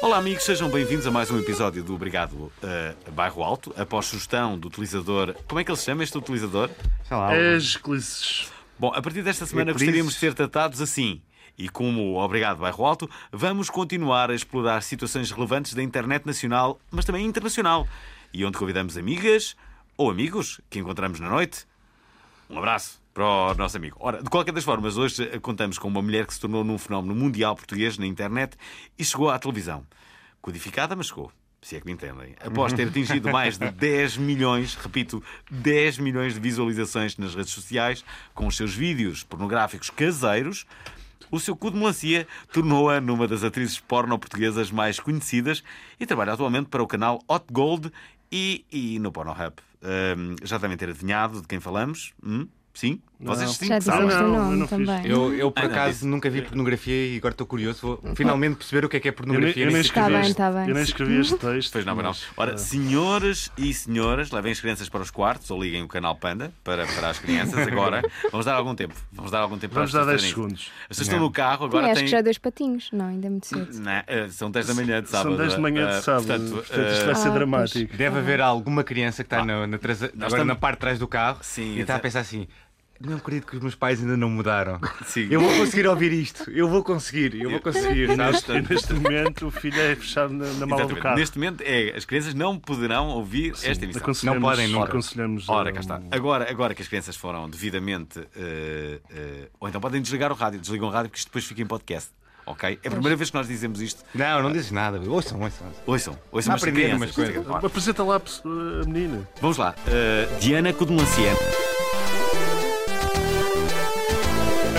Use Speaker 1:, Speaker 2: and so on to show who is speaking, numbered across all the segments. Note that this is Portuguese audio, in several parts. Speaker 1: Olá, amigos, sejam bem-vindos a mais um episódio do Obrigado eh, Bairro Alto. Após sugestão do utilizador. Como é que ele se chama este utilizador?
Speaker 2: Sei lá,
Speaker 3: Ascleses.
Speaker 1: Bom, a partir desta semana
Speaker 2: É por
Speaker 1: gostaríamos de
Speaker 2: isso.
Speaker 1: ser tratados assim. E como o Obrigado Bairro Alto, vamos continuar a explorar situações relevantes da internet nacional, mas também internacional. E onde convidamos amigas ou amigos que encontramos na noite. Um abraço para o nosso amigo. Ora, de qualquer das formas, hoje eh, contamos com uma mulher que se tornou num fenómeno mundial português na internet e chegou à televisão. Codificada, mas chegou. Se é que me entendem. Após ter atingido mais de 10 milhões, repito, 10 milhões de visualizações nas redes sociais, com os seus vídeos pornográficos caseiros, o seu cu de melancia tornou-a numa das atrizes porno portuguesas mais conhecidas e trabalha atualmente para o canal Hot Gold e, e no Pornhub. Hum, já devem ter adivinhado de quem falamos? Hum? Sim? Vocês sim
Speaker 4: Já
Speaker 1: que sabem.
Speaker 4: dissemos o
Speaker 3: Ah, Não, eu
Speaker 4: nome
Speaker 3: não fiz.
Speaker 4: também.
Speaker 2: Eu, eu, por
Speaker 1: Ah, não,
Speaker 2: acaso,
Speaker 1: disse.
Speaker 2: nunca vi pornografia e agora estou curioso. Vou finalmente perceber o que é que é
Speaker 3: Eu nem,
Speaker 2: pornografia.
Speaker 3: eu nem
Speaker 2: nesse
Speaker 3: escrevi
Speaker 4: Tá bem,
Speaker 3: este,
Speaker 4: tá bem.
Speaker 3: eu nem escrevi este texto.
Speaker 1: Pois não, pois não.
Speaker 3: mas,
Speaker 1: Ora,
Speaker 3: ah,
Speaker 1: senhores e senhoras, levem as crianças para os quartos ou liguem o canal Panda para, para as crianças agora. Vamos dar algum tempo. Vamos dar algum tempo
Speaker 3: vamos
Speaker 1: para
Speaker 3: dar
Speaker 1: as
Speaker 3: 10
Speaker 1: pessoas terem-
Speaker 3: segundos.
Speaker 1: As pessoas estão no carro,
Speaker 4: Sim,
Speaker 1: agora
Speaker 4: acho
Speaker 1: têm.
Speaker 4: que já dois patinhos. Não, ainda é muito cedo.
Speaker 1: Não, eh, são 10 da manhã de sábado.
Speaker 3: São 10 de manhã
Speaker 1: Eh,
Speaker 3: de sábado.
Speaker 1: portanto,
Speaker 3: Portanto, isto vai
Speaker 1: eh,
Speaker 3: ser
Speaker 4: Ah,
Speaker 3: dramático.
Speaker 2: Deve haver alguma criança que está na, na, trase- agora
Speaker 1: estamos-
Speaker 2: na parte de trás do carro
Speaker 1: Sim,
Speaker 2: e está a
Speaker 1: exa-
Speaker 2: pensar assim: não acredito que os meus pais ainda não mudaram.
Speaker 1: sim.
Speaker 2: Eu vou conseguir ouvir isto, eu vou conseguir, eu vou conseguir. sabes?
Speaker 3: E neste momento o filho é fechado na, na mala do
Speaker 1: Exatamente.
Speaker 3: carro.
Speaker 1: Neste momento, é, as crianças não poderão ouvir esta emissão.
Speaker 3: Aconselhamos-
Speaker 2: Não podem nunca.
Speaker 3: Aconselhamos,
Speaker 1: Ora,
Speaker 3: ah,
Speaker 1: cá está.
Speaker 3: um-
Speaker 1: Agora, agora que as crianças foram devidamente. eh, eh, ou então podem desligar o rádio, desligam o rádio, porque isto depois fica em podcast. Ok? É a primeira vez que nós dizemos isto.
Speaker 2: Não, não dizes nada. Ouçam, ouçam. ouçam.
Speaker 1: Ouçam, ouçam
Speaker 2: Vá
Speaker 1: mas
Speaker 2: aprender
Speaker 1: crianças,
Speaker 2: umas coisas.
Speaker 1: sim, claro.
Speaker 3: um- Apresenta lá a pessoa- a menina.
Speaker 1: Vamos lá. eh, Diana Codelancia.
Speaker 5: É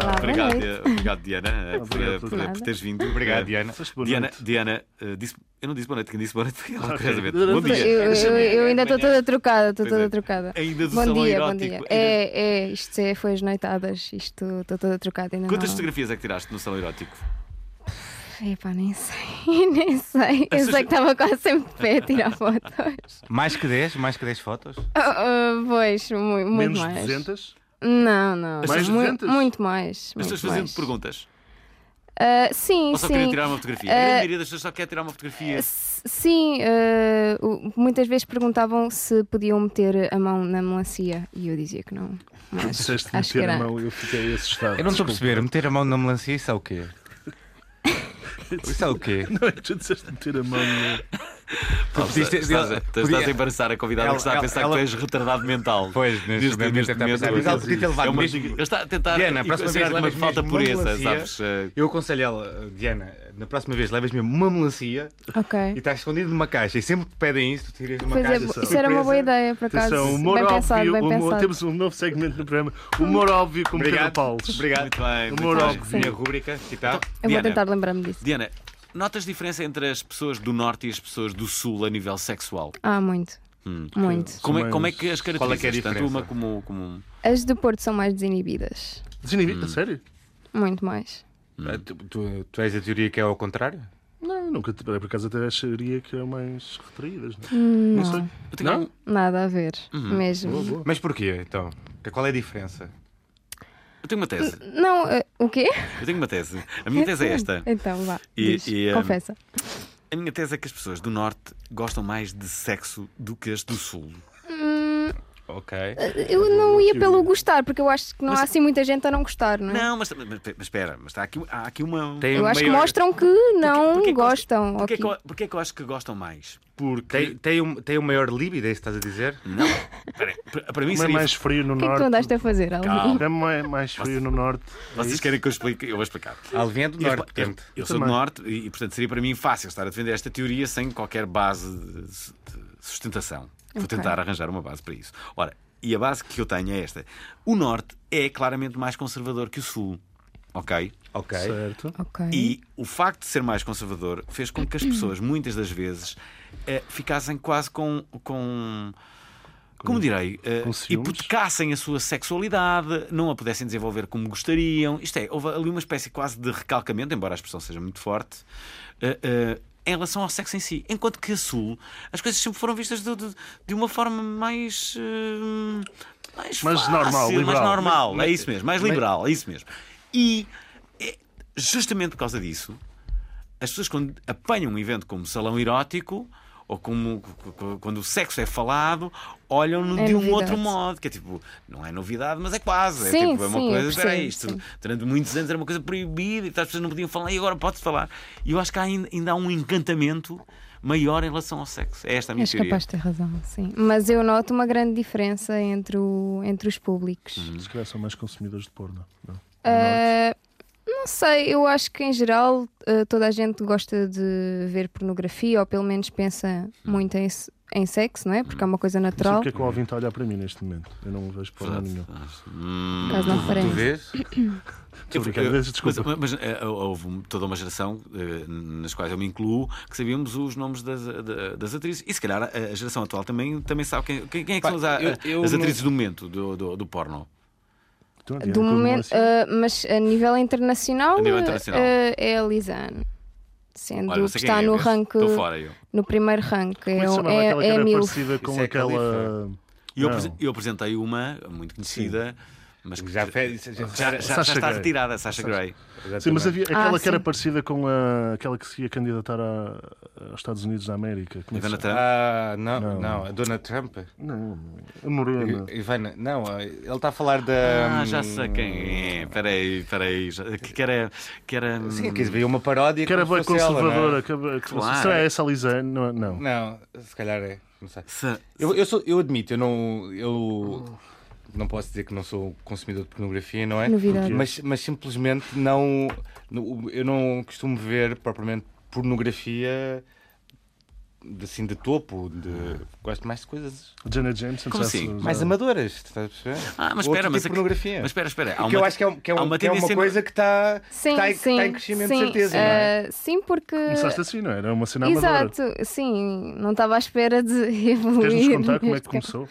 Speaker 4: boa
Speaker 1: Obrigado,
Speaker 4: noite.
Speaker 1: eh, obrigado, Diana, eh, por, eh,
Speaker 3: Obrigado,
Speaker 1: por,
Speaker 4: Fernando.
Speaker 1: por teres vindo.
Speaker 2: Obrigado,
Speaker 1: Eh,
Speaker 2: Diana.
Speaker 3: Foste boa
Speaker 1: Diana,
Speaker 3: noite.
Speaker 1: Diana eh, disse, eu não disse boa noite, quem disse boa noite foi ela,
Speaker 3: Ok.
Speaker 1: curiosamente.
Speaker 3: Eu-
Speaker 1: Bom
Speaker 4: Eu,
Speaker 1: dia.
Speaker 4: eu- eu- eu ainda estou toda trocada, estou
Speaker 1: Pois é.
Speaker 4: toda trocada.
Speaker 1: Ainda do
Speaker 4: Bom
Speaker 1: salão
Speaker 4: dia, bom
Speaker 1: erótico.
Speaker 4: dia.
Speaker 1: Ainda-
Speaker 4: É, é, isto é, foi as noitadas, isto estou toda trocada ainda.
Speaker 1: Quantas
Speaker 4: não...
Speaker 1: fotografias é que tiraste no salão erótico?
Speaker 4: Epá, nem sei, nem sei. Eu
Speaker 1: Essas-
Speaker 4: sei que estava quase sempre de pé a tirar fotos.
Speaker 2: Mais que 10, mais que 10 fotos.
Speaker 4: Ah, ah, pois, mu- muito,
Speaker 3: Menos de
Speaker 4: mais.
Speaker 3: 200?
Speaker 4: Não, não.
Speaker 1: As
Speaker 3: pessoas
Speaker 4: mu- muito,
Speaker 3: duzentas?
Speaker 4: mais.
Speaker 1: As
Speaker 4: muito
Speaker 1: pessoas fazendo
Speaker 4: mais.
Speaker 1: perguntas.
Speaker 4: Ah, sim,
Speaker 1: Ou só
Speaker 4: sim.
Speaker 1: queriam tirar uma fotografia?
Speaker 4: Eh,
Speaker 1: Eu diria das pessoas só quer tirar uma fotografia.
Speaker 4: S- Sim, eh, o- muitas vezes perguntavam se podiam meter a mão na melancia e eu dizia que não. Mas
Speaker 3: Disseste
Speaker 4: acho que
Speaker 3: meter
Speaker 4: era.
Speaker 3: a mão, eu fiquei assustado.
Speaker 2: Eu não estou a perceber, meter a mão na melancia, isso é o quê? Isso é o quê?
Speaker 3: Não, tu disseste meter a mão. eh, na-
Speaker 1: Paulo,
Speaker 2: Podias ter-
Speaker 1: estás, a-
Speaker 2: ela-
Speaker 1: estás
Speaker 2: é- podia-
Speaker 1: a embarçar a convidada
Speaker 2: ela-
Speaker 1: que está a
Speaker 2: ela-
Speaker 1: pensar
Speaker 2: ela-
Speaker 1: que tu és retardado mental.
Speaker 2: Pois, neste momento deve estar a pensar, mas ela podia ter levado
Speaker 1: é uma-
Speaker 2: mesmo-
Speaker 1: Ele está a tentar
Speaker 2: Diana, a próxima
Speaker 1: equacionar
Speaker 2: vez
Speaker 1: uma
Speaker 2: levas
Speaker 1: falta de
Speaker 2: mesmo assim, uma
Speaker 1: pureza,
Speaker 2: melancia.
Speaker 1: sabes? Eh,
Speaker 2: Eu aconselho ela, Diana, na próxima vez levas mesmo uma melancia e
Speaker 4: Ok.
Speaker 2: estás escondido numa caixa. E sempre que pedem isso, tu tiras de uma
Speaker 4: Pois é,
Speaker 2: caixa.
Speaker 4: isso
Speaker 2: surpresa.
Speaker 4: era uma boa ideia, por acaso.
Speaker 3: Atenção, humor
Speaker 4: bem
Speaker 3: óbvio.
Speaker 4: pensado, bem
Speaker 3: humor-
Speaker 4: pensado.
Speaker 3: Temos um novo segmento no programa. Humor óbvio com Pedro
Speaker 2: Obrigado.
Speaker 3: Paulos.
Speaker 2: Obrigado.
Speaker 1: Muito bem, muito
Speaker 3: Humor
Speaker 1: bem. Então,
Speaker 3: óbvio.
Speaker 2: Minha rúbrica, e tal.
Speaker 4: Eu vou
Speaker 1: Diana.
Speaker 4: tentar lembrar-me disso.
Speaker 1: Diana, notas diferença entre as pessoas do Norte e as pessoas do Sul a nível sexual?
Speaker 4: Ah, muito. Muito.
Speaker 1: Como é,
Speaker 3: São
Speaker 1: como é
Speaker 3: mais-
Speaker 1: que as
Speaker 2: Qual é
Speaker 1: características,
Speaker 2: que é a
Speaker 1: tanto
Speaker 2: diferença?
Speaker 1: uma como, um. como...
Speaker 4: As do Porto são mais desinibidas.
Speaker 3: Desinibido, a sério?
Speaker 4: Muito mais.
Speaker 2: Ah, Tu, tu- tu és a teoria que é ao contrário?
Speaker 3: Não, eu nunca te por acaso até acharia que eram mais retraídas. Não, é?
Speaker 4: Não,
Speaker 3: sei.
Speaker 1: Eu tenho- um-
Speaker 3: Não?
Speaker 4: nada a ver.
Speaker 1: Uhum.
Speaker 4: Mesmo.
Speaker 2: Mas porquê, então? Qual é a diferença?
Speaker 1: Eu tenho uma tese.
Speaker 4: Não, eh, o quê?
Speaker 1: Eu tenho uma tese. A minha tese é esta.
Speaker 4: Então vá.
Speaker 1: E-
Speaker 4: diz,
Speaker 1: e, hum,
Speaker 4: confessa.
Speaker 1: A minha tese é que as pessoas do Norte gostam mais de sexo do que as do Sul.
Speaker 4: Hum,
Speaker 2: Ok.
Speaker 4: Eu não ia pelo gostar, porque eu acho que não há assim muita gente a não gostar, não é?
Speaker 1: Não, mas, mas, mas espera, mas está aqui, há aqui uma.
Speaker 2: Tem
Speaker 4: Eu
Speaker 2: um
Speaker 4: acho que
Speaker 2: maior-
Speaker 4: mostram que
Speaker 1: Porquê-
Speaker 4: não
Speaker 1: porquê é que eu acho-
Speaker 4: gostam.
Speaker 1: Porquê,
Speaker 4: ok.
Speaker 1: que eu, porquê que eu acho que gostam mais? Porque.
Speaker 2: Tem, tem, um, tem um maior líbido, é isso que estás a dizer?
Speaker 1: Não, peraí, para, para mim
Speaker 3: Como é
Speaker 1: seria.
Speaker 3: mais frio no
Speaker 4: O que é que tu
Speaker 3: norte.
Speaker 4: andaste a fazer, Alvin?
Speaker 1: Calma.
Speaker 3: Como é mais frio no norte. é
Speaker 1: Vocês
Speaker 3: isso?
Speaker 1: querem que eu explique? Eu vou explicar.
Speaker 2: Alvinha do
Speaker 1: Eu-
Speaker 2: Norte,
Speaker 1: eu,
Speaker 2: portanto.
Speaker 1: eu sou do
Speaker 3: Também.
Speaker 1: Norte e, e, portanto, seria para mim fácil estar a defender esta teoria sem qualquer base de, de sustentação. Vou
Speaker 4: Ok.
Speaker 1: tentar arranjar uma base para isso. Ora, e a base que eu tenho é esta: o Norte é claramente mais conservador que o Sul, ok?
Speaker 2: Ok.
Speaker 3: Certo.
Speaker 4: Ok.
Speaker 1: E o facto de ser mais conservador fez com que as pessoas, muitas das vezes, eh, ficassem quase com. com como direi, eh,
Speaker 3: com ciúmes?
Speaker 1: hipotecassem a sua sexualidade, não a pudessem desenvolver como gostariam. Isto é, houve ali uma espécie quase de recalcamento, embora a expressão seja muito forte, eh, eh, em relação ao sexo em si. Enquanto que a Sul, as coisas sempre foram vistas de, de- de uma forma mais. eh, mais
Speaker 3: Mais
Speaker 1: fácil,
Speaker 3: normal,
Speaker 1: mais
Speaker 3: liberal.
Speaker 1: normal. É isso mesmo, mais liberal, é isso mesmo. E é, justamente por causa disso, as pessoas quando apanham um evento como salão erótico ou como co- co- quando o sexo é falado, olham-no
Speaker 4: É
Speaker 1: de um
Speaker 4: novidade.
Speaker 1: outro modo, que é tipo, não é novidade, mas é quase. é
Speaker 4: Sim,
Speaker 1: tipo, é uma
Speaker 4: sim, eu
Speaker 1: coisa,
Speaker 4: percebo,
Speaker 1: espera aí, isto
Speaker 4: sim.
Speaker 1: durante muitos anos era uma coisa proibida e as pessoas não podiam falar e agora pode falar. E eu acho que há ainda, ainda há um encantamento maior em relação ao sexo. É esta a minha
Speaker 4: Acho
Speaker 1: teoria.
Speaker 4: capaz de ter razão, sim. Mas eu noto uma grande diferença entre, o- entre os públicos.
Speaker 3: Se calhar são mais consumidores de porno. Não.
Speaker 4: Ah, não sei, eu acho que em geral ah, toda a gente gosta de ver pornografia ou pelo menos pensa muito em, se- em sexo, não é? Porque é uma coisa
Speaker 3: Não sei
Speaker 4: natural.
Speaker 3: porque é que o ouvinte está a olhar para mim neste momento. Eu não vejo porno nenhum.
Speaker 1: Hum.
Speaker 4: Caso não
Speaker 2: Tu
Speaker 4: reparem.
Speaker 2: vês?
Speaker 3: Estou a brincar, mas desculpa.
Speaker 1: Mas, mas, eh, houve um- toda uma geração, eh, nas quais eu me incluo, que sabíamos os nomes das, eh, da- das atrizes. E se calhar a, a geração atual também, também sabe quem, quem quem é que são
Speaker 2: Pá,
Speaker 1: as,
Speaker 2: eu- eu
Speaker 1: as
Speaker 2: não-
Speaker 1: atrizes do momento do, do, do porno.
Speaker 3: Então, Diana,
Speaker 4: Do
Speaker 3: como
Speaker 4: momento,
Speaker 3: assim?
Speaker 4: ah, mas a nível internacional,
Speaker 1: A nível
Speaker 4: ah,
Speaker 1: internacional.
Speaker 4: ah, é a Lisanne. Sendo
Speaker 1: Olha, não
Speaker 4: que
Speaker 1: sei
Speaker 4: está
Speaker 1: quem é,
Speaker 4: no
Speaker 1: vês?
Speaker 4: rank,
Speaker 1: Estou fora eu.
Speaker 4: no primeiro rank.
Speaker 3: Como é que se chamava
Speaker 4: é
Speaker 3: aquela que
Speaker 4: é, é
Speaker 3: era
Speaker 4: mil.
Speaker 3: parecida com
Speaker 2: Isso é
Speaker 3: aquela.
Speaker 1: E eu,
Speaker 3: Não.
Speaker 1: apresen- eu apresentei uma muito conhecida, mas que
Speaker 2: Já
Speaker 1: já,
Speaker 2: fez. Já, já,
Speaker 1: já, já
Speaker 3: Sasha
Speaker 1: está
Speaker 3: Grey.
Speaker 1: retirada, Sasha Grey.
Speaker 2: já
Speaker 3: Sim, mas
Speaker 2: também.
Speaker 3: havia aquela que era
Speaker 4: Ah, sim.
Speaker 3: parecida com a- aquela que se ia candidatar a- aos Estados Unidos da América. Como é que
Speaker 1: Ivana
Speaker 3: se chama?
Speaker 1: Trump.
Speaker 2: Ah, não,
Speaker 3: Não.
Speaker 2: não, a Dona Trump.
Speaker 3: Não, a Morena.
Speaker 2: Ivana, não, ele está a falar da.
Speaker 1: Ah, já sei quem é. Peraí, peraí. já- Que, que era. Que era hum,
Speaker 2: Hum. Sim, quis ver uma paródia.
Speaker 3: Que era
Speaker 2: como
Speaker 3: bem
Speaker 2: se fosse ela, é?
Speaker 3: conservadora. que era- que-
Speaker 1: Claro.
Speaker 3: Será essa a Lisanne? Não, não.
Speaker 2: não é? Não, se calhar é. Não sei.
Speaker 1: Sa-
Speaker 2: Eu, eu, sou, eu admito, eu não. Eu não posso dizer que não sou consumidor de pornografia, não é?
Speaker 4: Novidade.
Speaker 2: Mas, mas simplesmente não. no- Eu não costumo ver propriamente pornografia de- assim de topo. De, gosto mais de coisas
Speaker 3: Janet Jameson.
Speaker 1: Como
Speaker 3: já
Speaker 1: assim?
Speaker 3: se-
Speaker 2: mais
Speaker 3: já-
Speaker 2: amadoras. Estás a perceber?
Speaker 1: Ah, mas
Speaker 2: Outro
Speaker 1: espera,
Speaker 2: tipo
Speaker 1: mas.
Speaker 2: de
Speaker 1: aqui-
Speaker 2: pornografia.
Speaker 1: Mas espera, espera. há
Speaker 2: que eu
Speaker 1: uma-
Speaker 2: acho que é, um- que é, um-
Speaker 1: há uma
Speaker 2: que é uma
Speaker 1: tendência-
Speaker 2: coisa que está
Speaker 4: Sim,
Speaker 2: que tá em- que
Speaker 4: sim,
Speaker 2: tá em crescimento,
Speaker 4: sim,
Speaker 2: certeza. não é?
Speaker 4: ah, sim, porque.
Speaker 3: Começaste assim, não é? Era uma cena amadora.
Speaker 4: Exato, sim, não estava à espera de evoluir.
Speaker 3: Queres nos contar como é
Speaker 4: neste
Speaker 3: que
Speaker 4: campo.
Speaker 3: começou?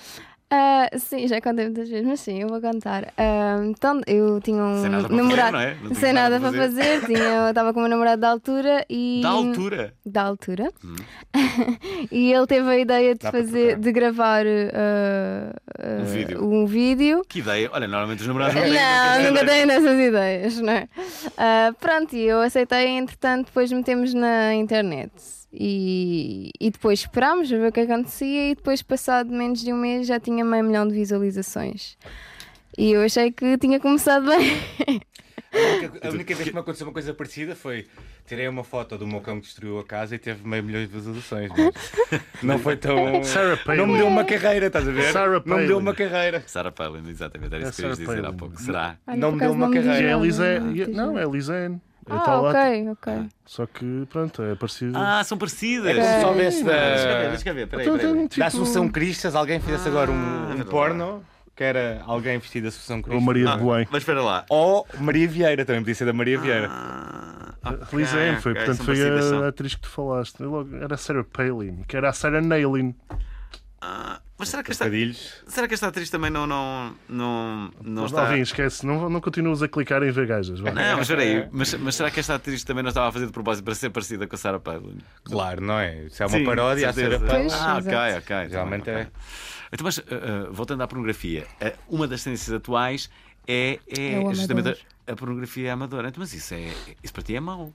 Speaker 4: Ah, sim, já contei muitas vezes, mas sim, eu vou contar. Ah, então, eu tinha um
Speaker 1: Sem nada para fazer,
Speaker 4: namorado
Speaker 1: não é? Não tinhas
Speaker 4: sem
Speaker 1: nada
Speaker 4: nada,
Speaker 1: para
Speaker 4: para fazer, tinha, eu estava com o meu namorado da altura e.
Speaker 1: Da altura. Hum.
Speaker 4: Da altura. e ele teve a ideia de,
Speaker 2: Dá para
Speaker 4: fazer,
Speaker 2: trocar.
Speaker 4: de gravar ah, ah,
Speaker 1: Um vídeo.
Speaker 4: um vídeo.
Speaker 1: Que ideia. Olha, normalmente os namorados não têm.
Speaker 4: Não,
Speaker 1: não
Speaker 4: nunca
Speaker 1: têm-
Speaker 4: tenho nessas ideias, não é? Ah, pronto, e eu aceitei, entretanto, depois metemos na internet. E, e depois esperámos a ver o que acontecia, e depois, passado menos de um mês, já tinha meio milhão de visualizações. E eu achei que tinha começado bem.
Speaker 2: A única- A única vez que me aconteceu uma coisa parecida foi tirei uma foto do meu cão que destruiu a casa e teve meio milhões de visualizações. Mas não foi tão.
Speaker 3: Sarah
Speaker 2: não me
Speaker 3: Palin.
Speaker 2: deu uma carreira, estás a ver?
Speaker 3: Sarah
Speaker 2: não me deu
Speaker 3: Palin.
Speaker 2: uma carreira.
Speaker 1: Sarah Palin, exatamente, era
Speaker 3: É
Speaker 1: isso que eu ia
Speaker 3: Sarah
Speaker 1: dizer há
Speaker 3: Palin.
Speaker 1: pouco. Será?
Speaker 2: Não
Speaker 4: por
Speaker 2: me deu
Speaker 4: acaso
Speaker 2: uma
Speaker 4: diz
Speaker 2: carreira.
Speaker 3: E é a
Speaker 4: nada,
Speaker 3: Lisanne.
Speaker 4: não
Speaker 3: e-
Speaker 4: diz
Speaker 3: Não,
Speaker 4: nada.
Speaker 3: é a Lisanne. É
Speaker 4: Ah,
Speaker 3: tal lá-
Speaker 4: ok, ok.
Speaker 3: Só que, pronto, é parecido.
Speaker 1: Ah, são parecidas.
Speaker 2: É como se
Speaker 1: Deixa
Speaker 2: houvesse
Speaker 1: eu ver,
Speaker 2: da,
Speaker 1: deixa eu ver. Peraí,
Speaker 3: Então,
Speaker 1: peraí. peraí.
Speaker 3: tem, tipo,
Speaker 2: da Assunção Cristas, alguém fizesse agora
Speaker 1: é
Speaker 2: um, um
Speaker 1: verdade.
Speaker 2: porno que era alguém vestido da Assunção Cristas.
Speaker 3: Ou Maria
Speaker 1: Ah,
Speaker 3: de Belém.
Speaker 1: Mas espera lá.
Speaker 2: Ou Maria Vieira, também podia ser da Maria Vieira.
Speaker 1: Ah, ok,
Speaker 3: Lisanne foi,
Speaker 1: ok, é
Speaker 3: portanto,
Speaker 1: são
Speaker 3: foi
Speaker 1: parecidas,
Speaker 3: a
Speaker 1: são.
Speaker 3: atriz que tu falaste. Eu logo- Era a Sarah Palin, que era a Sarah Nailin.
Speaker 1: Ah, Mas será que esta.
Speaker 2: Trocadilhos.
Speaker 1: Será que esta atriz também não, não, não, não
Speaker 3: Mas
Speaker 1: está.
Speaker 3: Alvin, esquece, não, não continuas a clicar em ver gajas. vá.
Speaker 1: Não, mas peraí, mas, mas será que esta atriz também não estava a fazer de propósito para ser parecida com a Sarah Palin?
Speaker 2: Claro, não é? Isso é uma
Speaker 1: Sim,
Speaker 2: paródia, a
Speaker 1: certeza.
Speaker 2: Sarah Palin.
Speaker 4: Pois,
Speaker 1: Ah, ok,
Speaker 4: exato.
Speaker 1: ok.
Speaker 2: Geralmente
Speaker 1: também,
Speaker 2: é.
Speaker 1: ok. Então, mas ah, ah, voltando à pornografia, ah, uma das tendências atuais é, é
Speaker 4: É o
Speaker 1: justamente
Speaker 4: amador.
Speaker 1: a, a pornografia amadora. Então, mas isso, é, isso para ti é mau.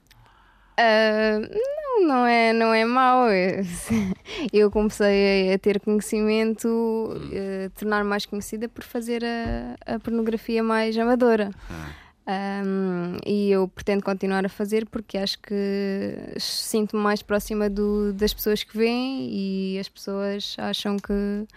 Speaker 4: Ah, não, Pronto, não é, não é mau. Eu comecei a, a ter conhecimento, eh, tornar mais conhecida por fazer a, a pornografia mais amadora. Ahm, e eu pretendo continuar a fazer porque acho que sinto-me mais próxima do- das pessoas que veem e as pessoas acham que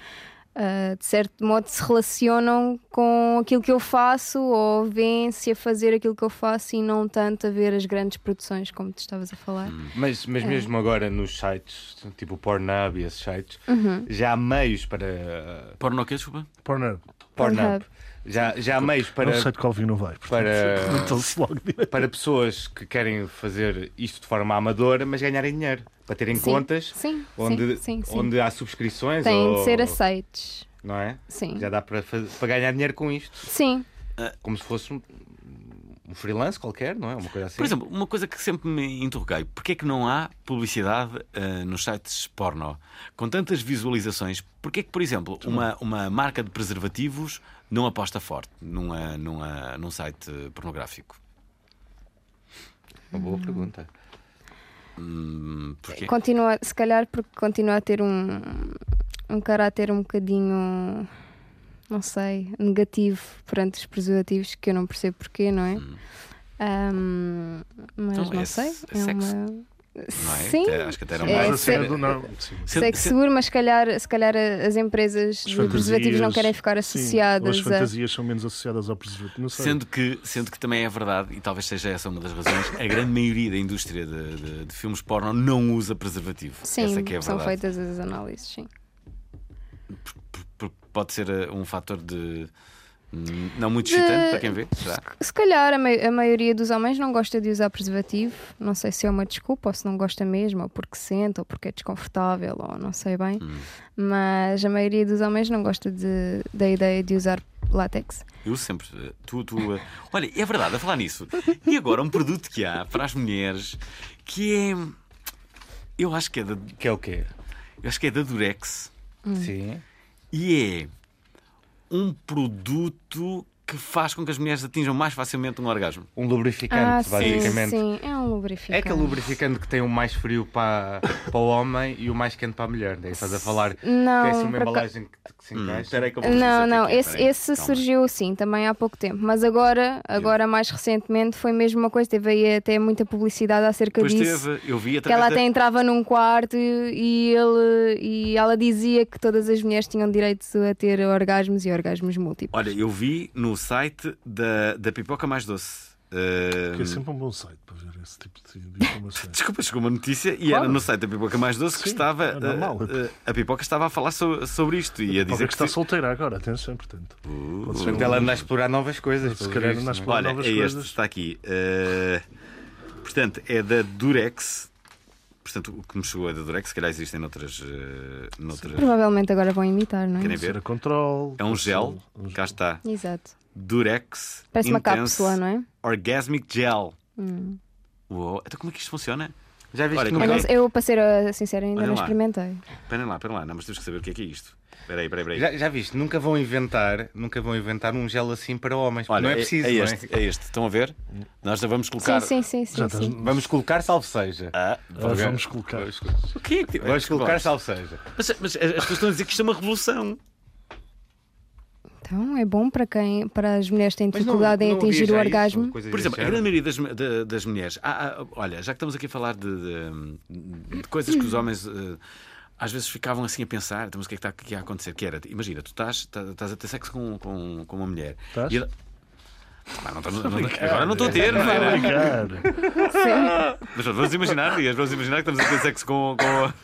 Speaker 4: ah, de certo modo se relacionam com aquilo que eu faço ou vêm-se a fazer aquilo que eu faço e não tanto a ver as grandes produções como tu estavas a falar.
Speaker 2: Mas,
Speaker 4: É.
Speaker 2: mas mesmo agora nos sites, tipo o Pornhub e esses sites,
Speaker 4: Uhum.
Speaker 2: já há meios para. uh,
Speaker 1: Porno o quê, desculpa?
Speaker 3: Pornhub.
Speaker 2: Pornhub.
Speaker 4: Pornhub.
Speaker 2: Já, já há meios para.
Speaker 3: Não sei de qual vinho não vai. portanto,
Speaker 2: Para-
Speaker 3: perguntam-se logo direto.
Speaker 2: para pessoas que querem fazer isto de forma amadora, mas ganharem dinheiro. Para terem
Speaker 4: Sim,
Speaker 2: contas
Speaker 4: sim,
Speaker 2: onde,
Speaker 4: sim, sim, sim.
Speaker 2: onde há subscrições.
Speaker 4: Têm
Speaker 2: ou,
Speaker 4: de ser aceites.
Speaker 2: Não é?
Speaker 4: Sim.
Speaker 2: Já dá para, faz- para ganhar dinheiro com isto.
Speaker 4: Sim,
Speaker 2: Como se fosse um, um freelance qualquer, não é? Uma coisa assim.
Speaker 1: Por exemplo, uma coisa que sempre me interroguei: porquê é que não há publicidade ah, nos sites porno? Com tantas visualizações, porquê é que, por exemplo, uma, uma marca de preservativos não aposta forte numa, numa, num site pornográfico?
Speaker 2: Uma boa pergunta.
Speaker 1: Hum, porquê?
Speaker 4: continua, se calhar porque continua a ter um, um caráter um bocadinho, não sei, negativo perante os preservativos, que eu não percebo porquê, não é? Ahm, mas
Speaker 1: Hum. Então,
Speaker 4: não
Speaker 1: é
Speaker 4: sei.
Speaker 1: se- é sexo,
Speaker 4: uma-
Speaker 1: Não é?
Speaker 4: Sim,
Speaker 1: Até- acho que até era
Speaker 4: É,
Speaker 3: Mas
Speaker 1: mais.
Speaker 3: a
Speaker 4: se-
Speaker 3: cena do- não, sim.
Speaker 1: Se-
Speaker 4: Sei que
Speaker 1: se-
Speaker 4: seguro, mas se calhar, se calhar as empresas
Speaker 3: As
Speaker 4: de preservativos não
Speaker 3: fantasias-
Speaker 4: querem ficar
Speaker 3: sim,
Speaker 4: associadas
Speaker 3: ou As
Speaker 4: a.
Speaker 3: fantasias são menos associadas ao preservativo. Não sei.
Speaker 1: Sendo que, sendo que também é verdade, e talvez seja essa uma das razões, a grande maioria da indústria de, de- de filmes porno não usa preservativo.
Speaker 4: Sim,
Speaker 1: essa é que é a
Speaker 4: são
Speaker 1: verdade.
Speaker 4: feitas as análises, sim.
Speaker 1: Porque pode ser eh, um fator de. hum, Não muito
Speaker 4: De-
Speaker 1: excitante para quem vê, será?
Speaker 4: Se calhar a, mai- a maioria dos homens não gosta de usar preservativo. Não sei se é uma desculpa ou se não gosta mesmo, ou porque sente, ou porque é desconfortável, ou não sei bem. Mas a maioria dos homens não gosta de- da ideia de usar látex.
Speaker 1: Eu sempre. eh, Tu, tu, eh, olha, é verdade, a falar nisso. E agora, um produto que há para as mulheres que é. Eu acho que é da,
Speaker 2: Que é o quê?
Speaker 1: eu acho que é da Durex.
Speaker 4: Hum.
Speaker 2: Sim.
Speaker 1: E é um produto que faz com que as mulheres atinjam mais facilmente um orgasmo.
Speaker 2: Um lubrificante,
Speaker 4: Ah, sim,
Speaker 2: basicamente.
Speaker 4: sim, é um lubrificante.
Speaker 2: É aquele lubrificante que tem o mais frio para, para o homem e o mais quente para a mulher. Daí estás a falar
Speaker 4: Não,
Speaker 2: que é assim uma
Speaker 4: por aca-
Speaker 2: embalagem que, que se
Speaker 1: Hum.
Speaker 2: encaixa.
Speaker 1: Espera aí que eu vou dizer
Speaker 4: Não,
Speaker 1: o que é
Speaker 4: não,
Speaker 1: que é,
Speaker 4: esse,
Speaker 1: peraí,
Speaker 4: esse
Speaker 1: calma.
Speaker 4: surgiu sim, também há pouco tempo. Mas agora, agora mais recentemente, foi mesmo uma coisa. Teve aí até muita publicidade acerca
Speaker 1: Pois
Speaker 4: disso.
Speaker 1: teve, eu vi
Speaker 4: Que
Speaker 1: através
Speaker 4: ela
Speaker 1: da-
Speaker 4: até entrava num quarto e, ele, e ela dizia que todas as mulheres tinham direito a ter orgasmos e orgasmos múltiplos.
Speaker 1: Olha, eu vi no site da, da Pipoca Mais Doce. Ah,
Speaker 3: Que é sempre um bom site para ver esse tipo de de informação.
Speaker 1: Desculpa, chegou uma notícia e era no site da Pipoca Mais Doce que
Speaker 3: Sim,
Speaker 1: estava.
Speaker 3: é normal.
Speaker 1: ah, ah, a Pipoca estava a falar so- sobre isto e a
Speaker 3: Alguém
Speaker 1: dizer
Speaker 3: que está
Speaker 1: se-
Speaker 3: solteira agora, atenção, portanto. Pode ser
Speaker 2: Portanto,
Speaker 3: um-
Speaker 2: Então ela anda a explorar novas coisas.
Speaker 3: Se
Speaker 2: pelo
Speaker 3: calhar
Speaker 2: visto,
Speaker 3: anda a
Speaker 2: não é?
Speaker 3: explorar.
Speaker 1: Olha,
Speaker 3: novas
Speaker 1: é este,
Speaker 3: coisas.
Speaker 1: está aqui. Ah, portanto, é da Durex. Portanto, o que me chegou é da Durex, se calhar existem noutras. ah, noutras...
Speaker 4: Provavelmente agora vão imitar, não é?
Speaker 1: Querem
Speaker 3: Ser
Speaker 1: ver?
Speaker 3: a control.
Speaker 1: É um gel, cá está.
Speaker 4: Exato.
Speaker 1: Durex.
Speaker 4: Parece uma
Speaker 1: Intense
Speaker 4: cápsula, não é?
Speaker 1: Orgasmic Gel.
Speaker 4: Hum.
Speaker 1: Uou, então como é que isto funciona?
Speaker 2: Já viste
Speaker 1: Olha,
Speaker 2: que no
Speaker 1: como
Speaker 4: Eu, não
Speaker 1: é
Speaker 2: Gal-
Speaker 1: que-
Speaker 4: sei- eu, para ser uh, sincera, ainda
Speaker 1: Olha
Speaker 4: não
Speaker 1: lá.
Speaker 4: experimentei.
Speaker 1: Espera lá, espera lá, não, mas temos que saber o que é que é isto. Espera aí, espera aí. espera aí.
Speaker 2: já, já viste, nunca vão inventar, nunca vão inventar um gel assim para homens. porque
Speaker 1: Olha,
Speaker 2: não é preciso,
Speaker 1: é,
Speaker 2: não é?
Speaker 1: este, é este. Estão a ver? Nós já vamos colocar.
Speaker 4: Sim, sim, sim.
Speaker 3: Já
Speaker 4: sim,
Speaker 3: estás-
Speaker 4: sim.
Speaker 2: Vamos colocar salvo seja.
Speaker 1: Ah,
Speaker 3: Ah, Vamos colocar.
Speaker 2: Vamos,
Speaker 1: o que é que
Speaker 2: vamos colocar
Speaker 1: Mas,
Speaker 2: salvo seja.
Speaker 1: mas as pessoas estão a dizer que isto é uma revolução.
Speaker 4: Então é bom para quem, para as mulheres que têm dificuldade em atingir o orgasmo.
Speaker 1: Por exemplo, a grande maioria das, da- das mulheres. Ah, ah, olha, já que estamos aqui a falar de, de- de coisas que os homens. eh, às vezes ficavam assim a pensar, então, mas o que é que está aqui a acontecer? Que era, imagina, tu estás, tá- estás a ter sexo com, com, com uma mulher.
Speaker 3: Estás?
Speaker 1: E ela- Não, não estamos- não- agora não estou a ter, não é?
Speaker 3: Obrigado.
Speaker 1: Mas pronto, vamos imaginar, Dias, vamos imaginar que estamos a ter sexo com, com,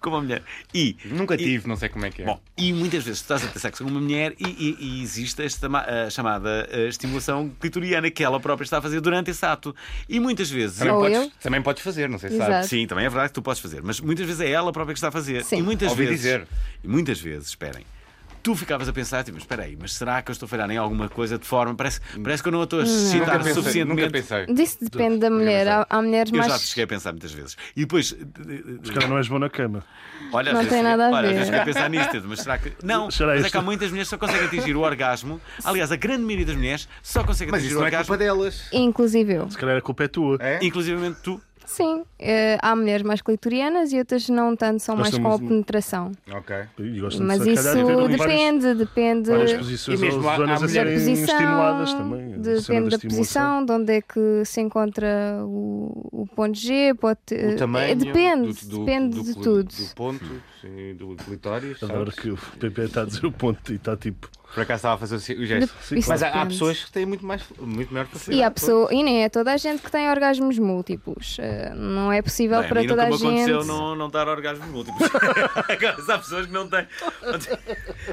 Speaker 1: com uma mulher. E,
Speaker 2: Nunca
Speaker 1: e-
Speaker 2: tive, não sei como é que é.
Speaker 1: Bom, e muitas vezes estás a ter sexo com uma mulher e, e- e existe esta ma- a chamada eh, estimulação clitoriana que ela própria está a fazer durante esse ato. E muitas vezes.
Speaker 2: também,
Speaker 4: Ou
Speaker 2: podes,
Speaker 4: eu?
Speaker 2: também podes fazer, não sei se
Speaker 4: Exato.
Speaker 2: sabes.
Speaker 1: Sim, também é verdade que tu podes fazer, mas muitas vezes é ela própria que está a fazer.
Speaker 4: Sim.
Speaker 1: E muitas
Speaker 2: Ouvi
Speaker 1: vezes.
Speaker 2: dizer.
Speaker 1: E muitas vezes, esperem. Tu ficavas a pensar, tipo, mas espera aí, mas será que eu estou a falhar em alguma coisa de forma? Parece, parece que eu não a estou a excitar
Speaker 2: Nunca pensei, nunca
Speaker 1: suficientemente.
Speaker 2: pensei.
Speaker 4: Disso depende da mulher. Há, há mulheres
Speaker 1: Eu
Speaker 4: mais.
Speaker 1: já te cheguei a pensar muitas vezes. E depois.
Speaker 3: Se calhar não és bom na cama.
Speaker 1: Olha, às
Speaker 4: Não
Speaker 1: vezes-
Speaker 4: tem nada a
Speaker 1: olha, às
Speaker 4: ver.
Speaker 1: vezes fico a pensar nisto, Pedro, mas será que. Não,
Speaker 3: Será
Speaker 1: mas é
Speaker 3: isto?
Speaker 1: que há muitas mulheres que só conseguem atingir o orgasmo. Aliás, a grande maioria das mulheres só consegue
Speaker 2: Mas
Speaker 1: atingir
Speaker 2: isso
Speaker 1: o
Speaker 2: não é
Speaker 1: orgasmo,
Speaker 2: culpa delas.
Speaker 4: Inclusive eu.
Speaker 3: Se calhar a culpa é tua.
Speaker 2: É?
Speaker 1: inclusivamente tu.
Speaker 4: Sim, eh, há mulheres mais clitorianas e outras não tanto, são
Speaker 3: Nós
Speaker 4: mais com
Speaker 3: temos
Speaker 4: a
Speaker 3: um-
Speaker 4: penetração.
Speaker 2: Ok.
Speaker 3: E gostam
Speaker 4: Mas
Speaker 3: de se
Speaker 4: isso
Speaker 3: calhar, ter ali várias-
Speaker 4: depende, depende
Speaker 3: várias posições
Speaker 2: E mesmo
Speaker 3: ou
Speaker 2: há- há
Speaker 3: zonas a
Speaker 2: mulheres-
Speaker 3: serem
Speaker 4: da
Speaker 3: estimuladas também. a cena
Speaker 4: Depende da
Speaker 3: estimulação.
Speaker 4: posição, de onde é que se encontra o, o ponto G, pode ter-
Speaker 2: O tamanho.
Speaker 4: eh, depende,
Speaker 2: do- do-
Speaker 4: depende
Speaker 2: do-
Speaker 4: de
Speaker 2: do-
Speaker 4: tudo.
Speaker 2: Do ponto, sim, do clitóris.
Speaker 3: Adoro
Speaker 2: sabes?
Speaker 3: que o PP está a dizer o ponto e está tipo.
Speaker 2: Por acaso estava a fazer o si- o
Speaker 4: De-
Speaker 2: gesto.
Speaker 4: isso
Speaker 2: Mas há, há
Speaker 4: depende.
Speaker 2: pessoas que têm muito, mais, muito maior facilidade.
Speaker 4: E há pessoa, e nem é toda a gente que tem orgasmos múltiplos. Eh, Não é possível
Speaker 1: Bem, a
Speaker 4: para
Speaker 1: mim
Speaker 4: toda
Speaker 1: nunca
Speaker 4: a
Speaker 1: me aconteceu
Speaker 4: gente.
Speaker 1: não, não dar orgasmos múltiplos. Agora, há pessoas que não têm.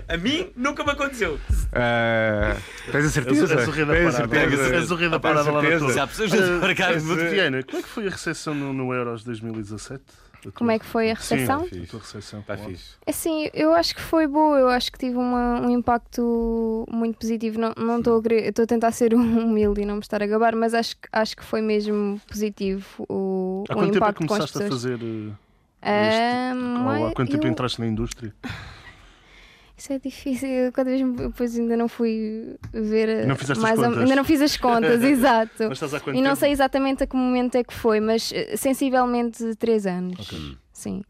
Speaker 1: A mim nunca me aconteceu.
Speaker 2: Ah, tens a certeza?
Speaker 3: És o rei da
Speaker 2: Tens a
Speaker 3: parada.
Speaker 2: certeza?
Speaker 3: És o rei da
Speaker 2: Tens a
Speaker 3: parada lá na
Speaker 2: certeza?
Speaker 1: Se há
Speaker 3: tua.
Speaker 1: pessoas que não têm orgasmos múltiplos.
Speaker 3: Diana, como é que foi a recepção no, no Euros 2017? A tua-
Speaker 4: Como é que foi a recepção?
Speaker 3: Sim, tá a tua recepção.
Speaker 2: Está Tá fixe.
Speaker 4: Assim, eu acho que foi boa, eu acho que tive uma- um impacto muito positivo. Não- Não estou a querer- eu estou a tentar ser humilde e não me estar a gabar, mas acho, que- acho que foi mesmo positivo o,
Speaker 3: Há
Speaker 4: o
Speaker 3: quanto tempo é que
Speaker 4: impacto com as
Speaker 3: começaste a
Speaker 4: pessoas.
Speaker 3: fazer eh,
Speaker 4: Ah,
Speaker 3: Ou Há quanto tempo
Speaker 4: eu-
Speaker 3: entraste na indústria?
Speaker 4: Isso é difícil, eu cada vez me- depois ainda não fui ver.
Speaker 3: Não fizeste as
Speaker 4: mais ou-
Speaker 3: contas.
Speaker 4: Ainda não fiz as contas, exato.
Speaker 3: Mas estás há quanto
Speaker 4: E não
Speaker 3: tempo?
Speaker 4: sei exatamente a que momento é que foi, mas eh, sensivelmente 3 anos. Sim,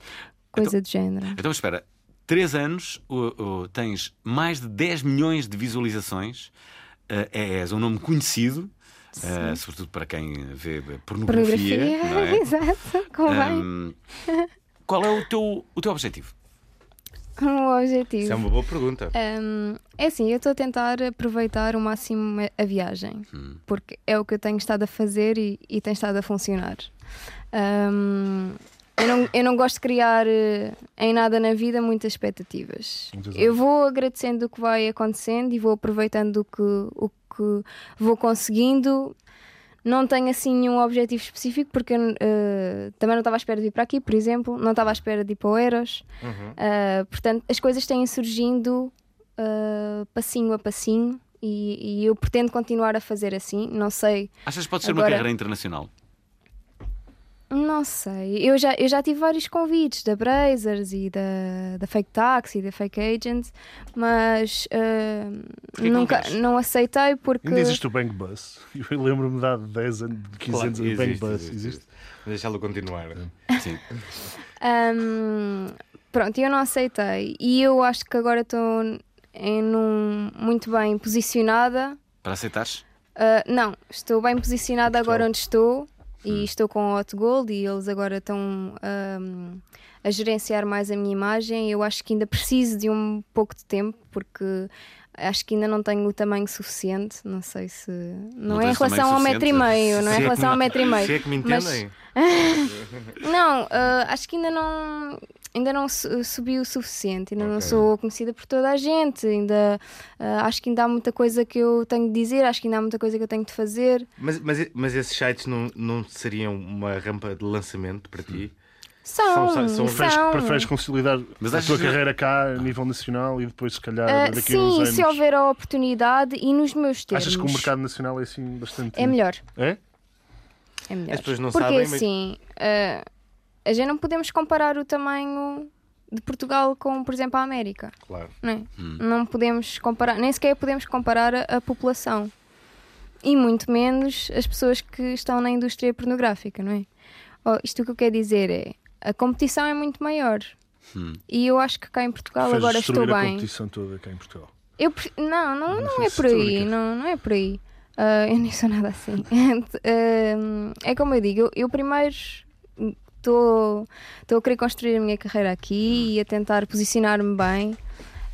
Speaker 4: coisa do género.
Speaker 1: Então espera, 3 anos, o- o- tens mais de 10 milhões de visualizações, eh, és um nome conhecido, eh, sobretudo para quem vê pornografia.
Speaker 4: Pornografia,
Speaker 1: não é?
Speaker 4: exato, convém.
Speaker 1: Ahm, qual é o teu, o teu objetivo?
Speaker 4: Um
Speaker 2: Isso é
Speaker 4: objetivo.
Speaker 2: uma boa pergunta.
Speaker 4: Hum, é assim, eu estou a tentar aproveitar o máximo a- a viagem, porque é o que eu tenho estado a fazer e, e tem estado a funcionar. Hum, eu, não, eu não gosto de criar eh, em nada na vida muitas expectativas.
Speaker 3: Muitas
Speaker 4: Eu vou agradecendo o que vai acontecendo e vou aproveitando o que, o que vou conseguindo. Não tenho assim nenhum objetivo específico, porque eh, também não estava à espera de ir para aqui, por exemplo, não estava à espera de ir para o Eros. Uh, portanto, as coisas têm surgindo uh, passinho a passinho e, e eu pretendo continuar a fazer assim. Não sei,
Speaker 1: Achas que pode ser uma
Speaker 4: Agora-
Speaker 1: carreira internacional?
Speaker 4: não sei. Eu já, eu já tive vários convites da Brazers e da, da Fake Taxi, da Fake Agent, mas uh,
Speaker 1: que não
Speaker 4: nunca
Speaker 1: queres?
Speaker 4: não, aceitei porque.
Speaker 3: Ainda existe o Bang Bus. Eu lembro-me de há 10 anos, de 15
Speaker 2: Claro,
Speaker 3: anos, o Bang Bus existe.
Speaker 2: Vou Deixá-lo continuar.
Speaker 1: Sim.
Speaker 4: Hum, pronto, eu não aceitei e eu acho que agora estou em um- muito bem posicionada
Speaker 1: Para aceitares?
Speaker 4: Uh, não, estou bem posicionada agora onde estou e
Speaker 2: Hum.
Speaker 4: estou com o Hot Gold e eles agora estão um, a gerenciar mais a minha imagem. Eu acho que ainda preciso de um pouco de tempo porque acho que ainda não tenho o tamanho suficiente. Não sei se. Não, é em
Speaker 1: tens tamanho
Speaker 4: relação ao metro e
Speaker 1: suficiente?
Speaker 4: meio, não é
Speaker 2: Se
Speaker 4: em
Speaker 2: que
Speaker 4: relação
Speaker 2: me-
Speaker 4: ao metro e meio.
Speaker 2: Se é que me
Speaker 4: Mas-
Speaker 2: entendem.
Speaker 4: Não, ah, acho que ainda não ainda não su- subi o suficiente, ainda não
Speaker 2: Ok.
Speaker 4: sou conhecida por toda a gente, ainda ah, acho que ainda há muita coisa que eu tenho de dizer, acho que ainda há muita coisa que eu tenho de fazer.
Speaker 2: Mas, mas, mas esses sites não, não seriam uma rampa de lançamento para ti?
Speaker 4: São,
Speaker 2: São-
Speaker 4: são,
Speaker 2: são-
Speaker 3: Preferes,
Speaker 4: Então-
Speaker 3: preferes consolidar
Speaker 1: Mas
Speaker 3: a
Speaker 1: achas
Speaker 3: tua
Speaker 1: que-
Speaker 3: carreira cá a nível nacional e depois, se calhar,
Speaker 4: Ah,
Speaker 3: daqui a uns
Speaker 4: sim,
Speaker 3: anos.
Speaker 4: se houver a oportunidade e nos meus termos.
Speaker 3: Achas que o mercado nacional é assim bastante.
Speaker 4: é melhor?
Speaker 3: É?
Speaker 4: É melhor.
Speaker 2: As pessoas não
Speaker 4: Porque
Speaker 2: sabem, mas-
Speaker 4: assim, ah, a gente não podemos comparar o tamanho de Portugal com, por exemplo, a América.
Speaker 2: Claro.
Speaker 4: não é?
Speaker 2: Hum.
Speaker 4: Não podemos comparar, nem sequer podemos comparar a, a população. E muito menos as pessoas que estão na indústria pornográfica, não é? Oh, isto o que eu quero dizer é a competição é muito maior.
Speaker 2: Hum.
Speaker 4: E eu acho que cá em Portugal
Speaker 3: Preferes
Speaker 4: agora
Speaker 3: destruir
Speaker 4: estou
Speaker 3: a
Speaker 4: bem.
Speaker 3: competição toda cá em Portugal.
Speaker 4: Eu pre- não, não, não é por
Speaker 3: Satânicas.
Speaker 4: aí, não, não é por aí. Ah, eu nem sou nada assim. Ah, é como eu digo, eu, eu primeiro estou a querer construir a minha carreira
Speaker 3: Hum.
Speaker 4: aqui e a tentar posicionar-me bem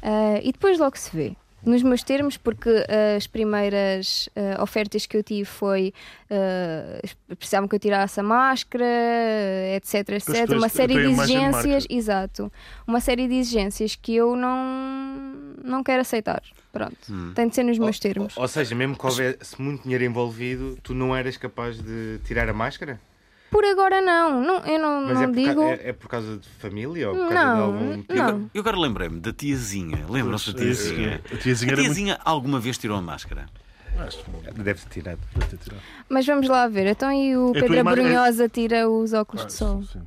Speaker 4: Ah, e depois logo se vê. Nos meus termos, porque ah, as primeiras ah, ofertas que eu tive foi ah, precisavam que eu tirasse a máscara, etc,
Speaker 3: tu
Speaker 4: etc.
Speaker 3: és-
Speaker 4: Uma
Speaker 3: a
Speaker 4: série
Speaker 3: tua
Speaker 4: de
Speaker 3: imagem de marca.
Speaker 4: exigências, exato uma série de exigências que eu não, não quero aceitar. Pronto,
Speaker 1: Hum.
Speaker 4: tem de ser nos
Speaker 1: Oh,
Speaker 4: meus termos.
Speaker 2: Ou seja, mesmo que houvesse muito dinheiro envolvido, tu não eras capaz de tirar a máscara?
Speaker 1: oh.
Speaker 4: Por agora, não, não eu não,
Speaker 2: Mas
Speaker 4: não
Speaker 2: é, por ca-
Speaker 4: digo.
Speaker 2: é, é por causa de família ou por causa de
Speaker 4: Não,
Speaker 2: algum tipo?
Speaker 1: Eu,
Speaker 4: Não.
Speaker 1: eu agora lembrei-me da tiazinha. Lembram-se da
Speaker 3: É isso,
Speaker 1: tiazinha?
Speaker 3: sim. A tiazinha
Speaker 1: A
Speaker 3: era é muito.
Speaker 1: tiazinha alguma vez tirou a máscara?
Speaker 3: Acho que não
Speaker 2: Deve-se tirar.
Speaker 3: deve ter tirado.
Speaker 4: Mas vamos lá ver. Então, e o
Speaker 3: tua
Speaker 4: Pedro
Speaker 3: imagem-
Speaker 4: Brunhosa tira os óculos
Speaker 3: Ah,
Speaker 4: de sol?
Speaker 3: sim.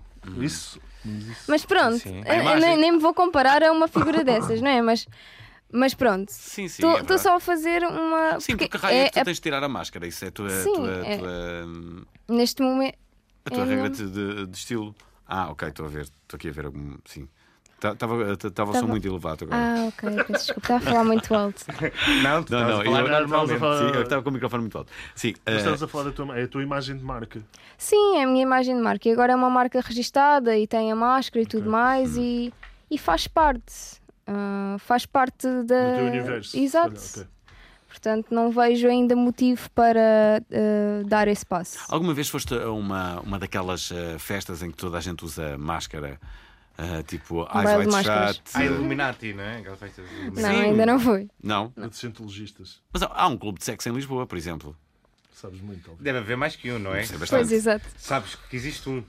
Speaker 3: Isso. mas isso-
Speaker 4: Mas pronto,
Speaker 2: Sim.
Speaker 4: eu-
Speaker 1: A
Speaker 4: eu
Speaker 1: imagem-
Speaker 4: nem, nem me vou comparar a uma figura dessas, não é? Mas, mas pronto,
Speaker 1: Sim, sim. é
Speaker 4: estou
Speaker 1: verdade.
Speaker 4: só a fazer uma.
Speaker 1: Sim,
Speaker 4: porque
Speaker 1: porque raio é que
Speaker 4: é-
Speaker 1: tu tens de tirar a máscara. Isso é a tua.
Speaker 4: Sim,
Speaker 1: tua-
Speaker 4: é-
Speaker 1: tua-
Speaker 4: neste momento.
Speaker 1: A tua
Speaker 4: É,
Speaker 1: regra
Speaker 4: não.
Speaker 1: de, de- de estilo. Ah, ok, estou a ver. Estou aqui a ver algum. Sim. Tá, Estava o som
Speaker 4: Tava-
Speaker 1: muito elevado agora.
Speaker 4: Ah, ok, peço desculpa, estava a falar muito alto.
Speaker 2: Não, tu
Speaker 1: Não,
Speaker 2: estás
Speaker 1: não, eu
Speaker 2: a falar
Speaker 3: não, não,
Speaker 2: normalmente.
Speaker 3: estás a falar-
Speaker 1: Sim, eu estava com o microfone muito alto. Sim,
Speaker 3: Mas
Speaker 1: eh,
Speaker 3: estás a falar da tua, é a tua imagem de marca.
Speaker 4: Sim, é a minha imagem de marca. E agora é uma marca registada e tem a máscara e tudo
Speaker 3: Ok.
Speaker 4: mais e, e faz parte. ah, faz parte da.
Speaker 3: Do teu universo.
Speaker 4: Eh, Exato.
Speaker 3: Olha, ok.
Speaker 4: Portanto, não vejo ainda motivo para ah, dar esse passo.
Speaker 1: alguma vez foste a uma, uma daquelas eh, festas em que toda a gente usa máscara? Eh, tipo,
Speaker 4: baile
Speaker 1: Eyes
Speaker 4: de
Speaker 1: Wide
Speaker 4: máscaras.
Speaker 1: Shut.
Speaker 2: Ah,
Speaker 1: eh,
Speaker 2: Illuminati, não é? Aquelas festas de
Speaker 4: Não,
Speaker 2: Illuminati.
Speaker 1: Sim.
Speaker 4: ainda não foi.
Speaker 1: Não.
Speaker 3: É de cientologistas.
Speaker 1: Mas há- há um clube de sexo em Lisboa, por exemplo.
Speaker 3: Sabes muito, talvez.
Speaker 2: Deve haver mais que um, não é?
Speaker 1: Isso é bastante.
Speaker 4: Pois, exato.
Speaker 2: Sabes que existe um.
Speaker 4: é.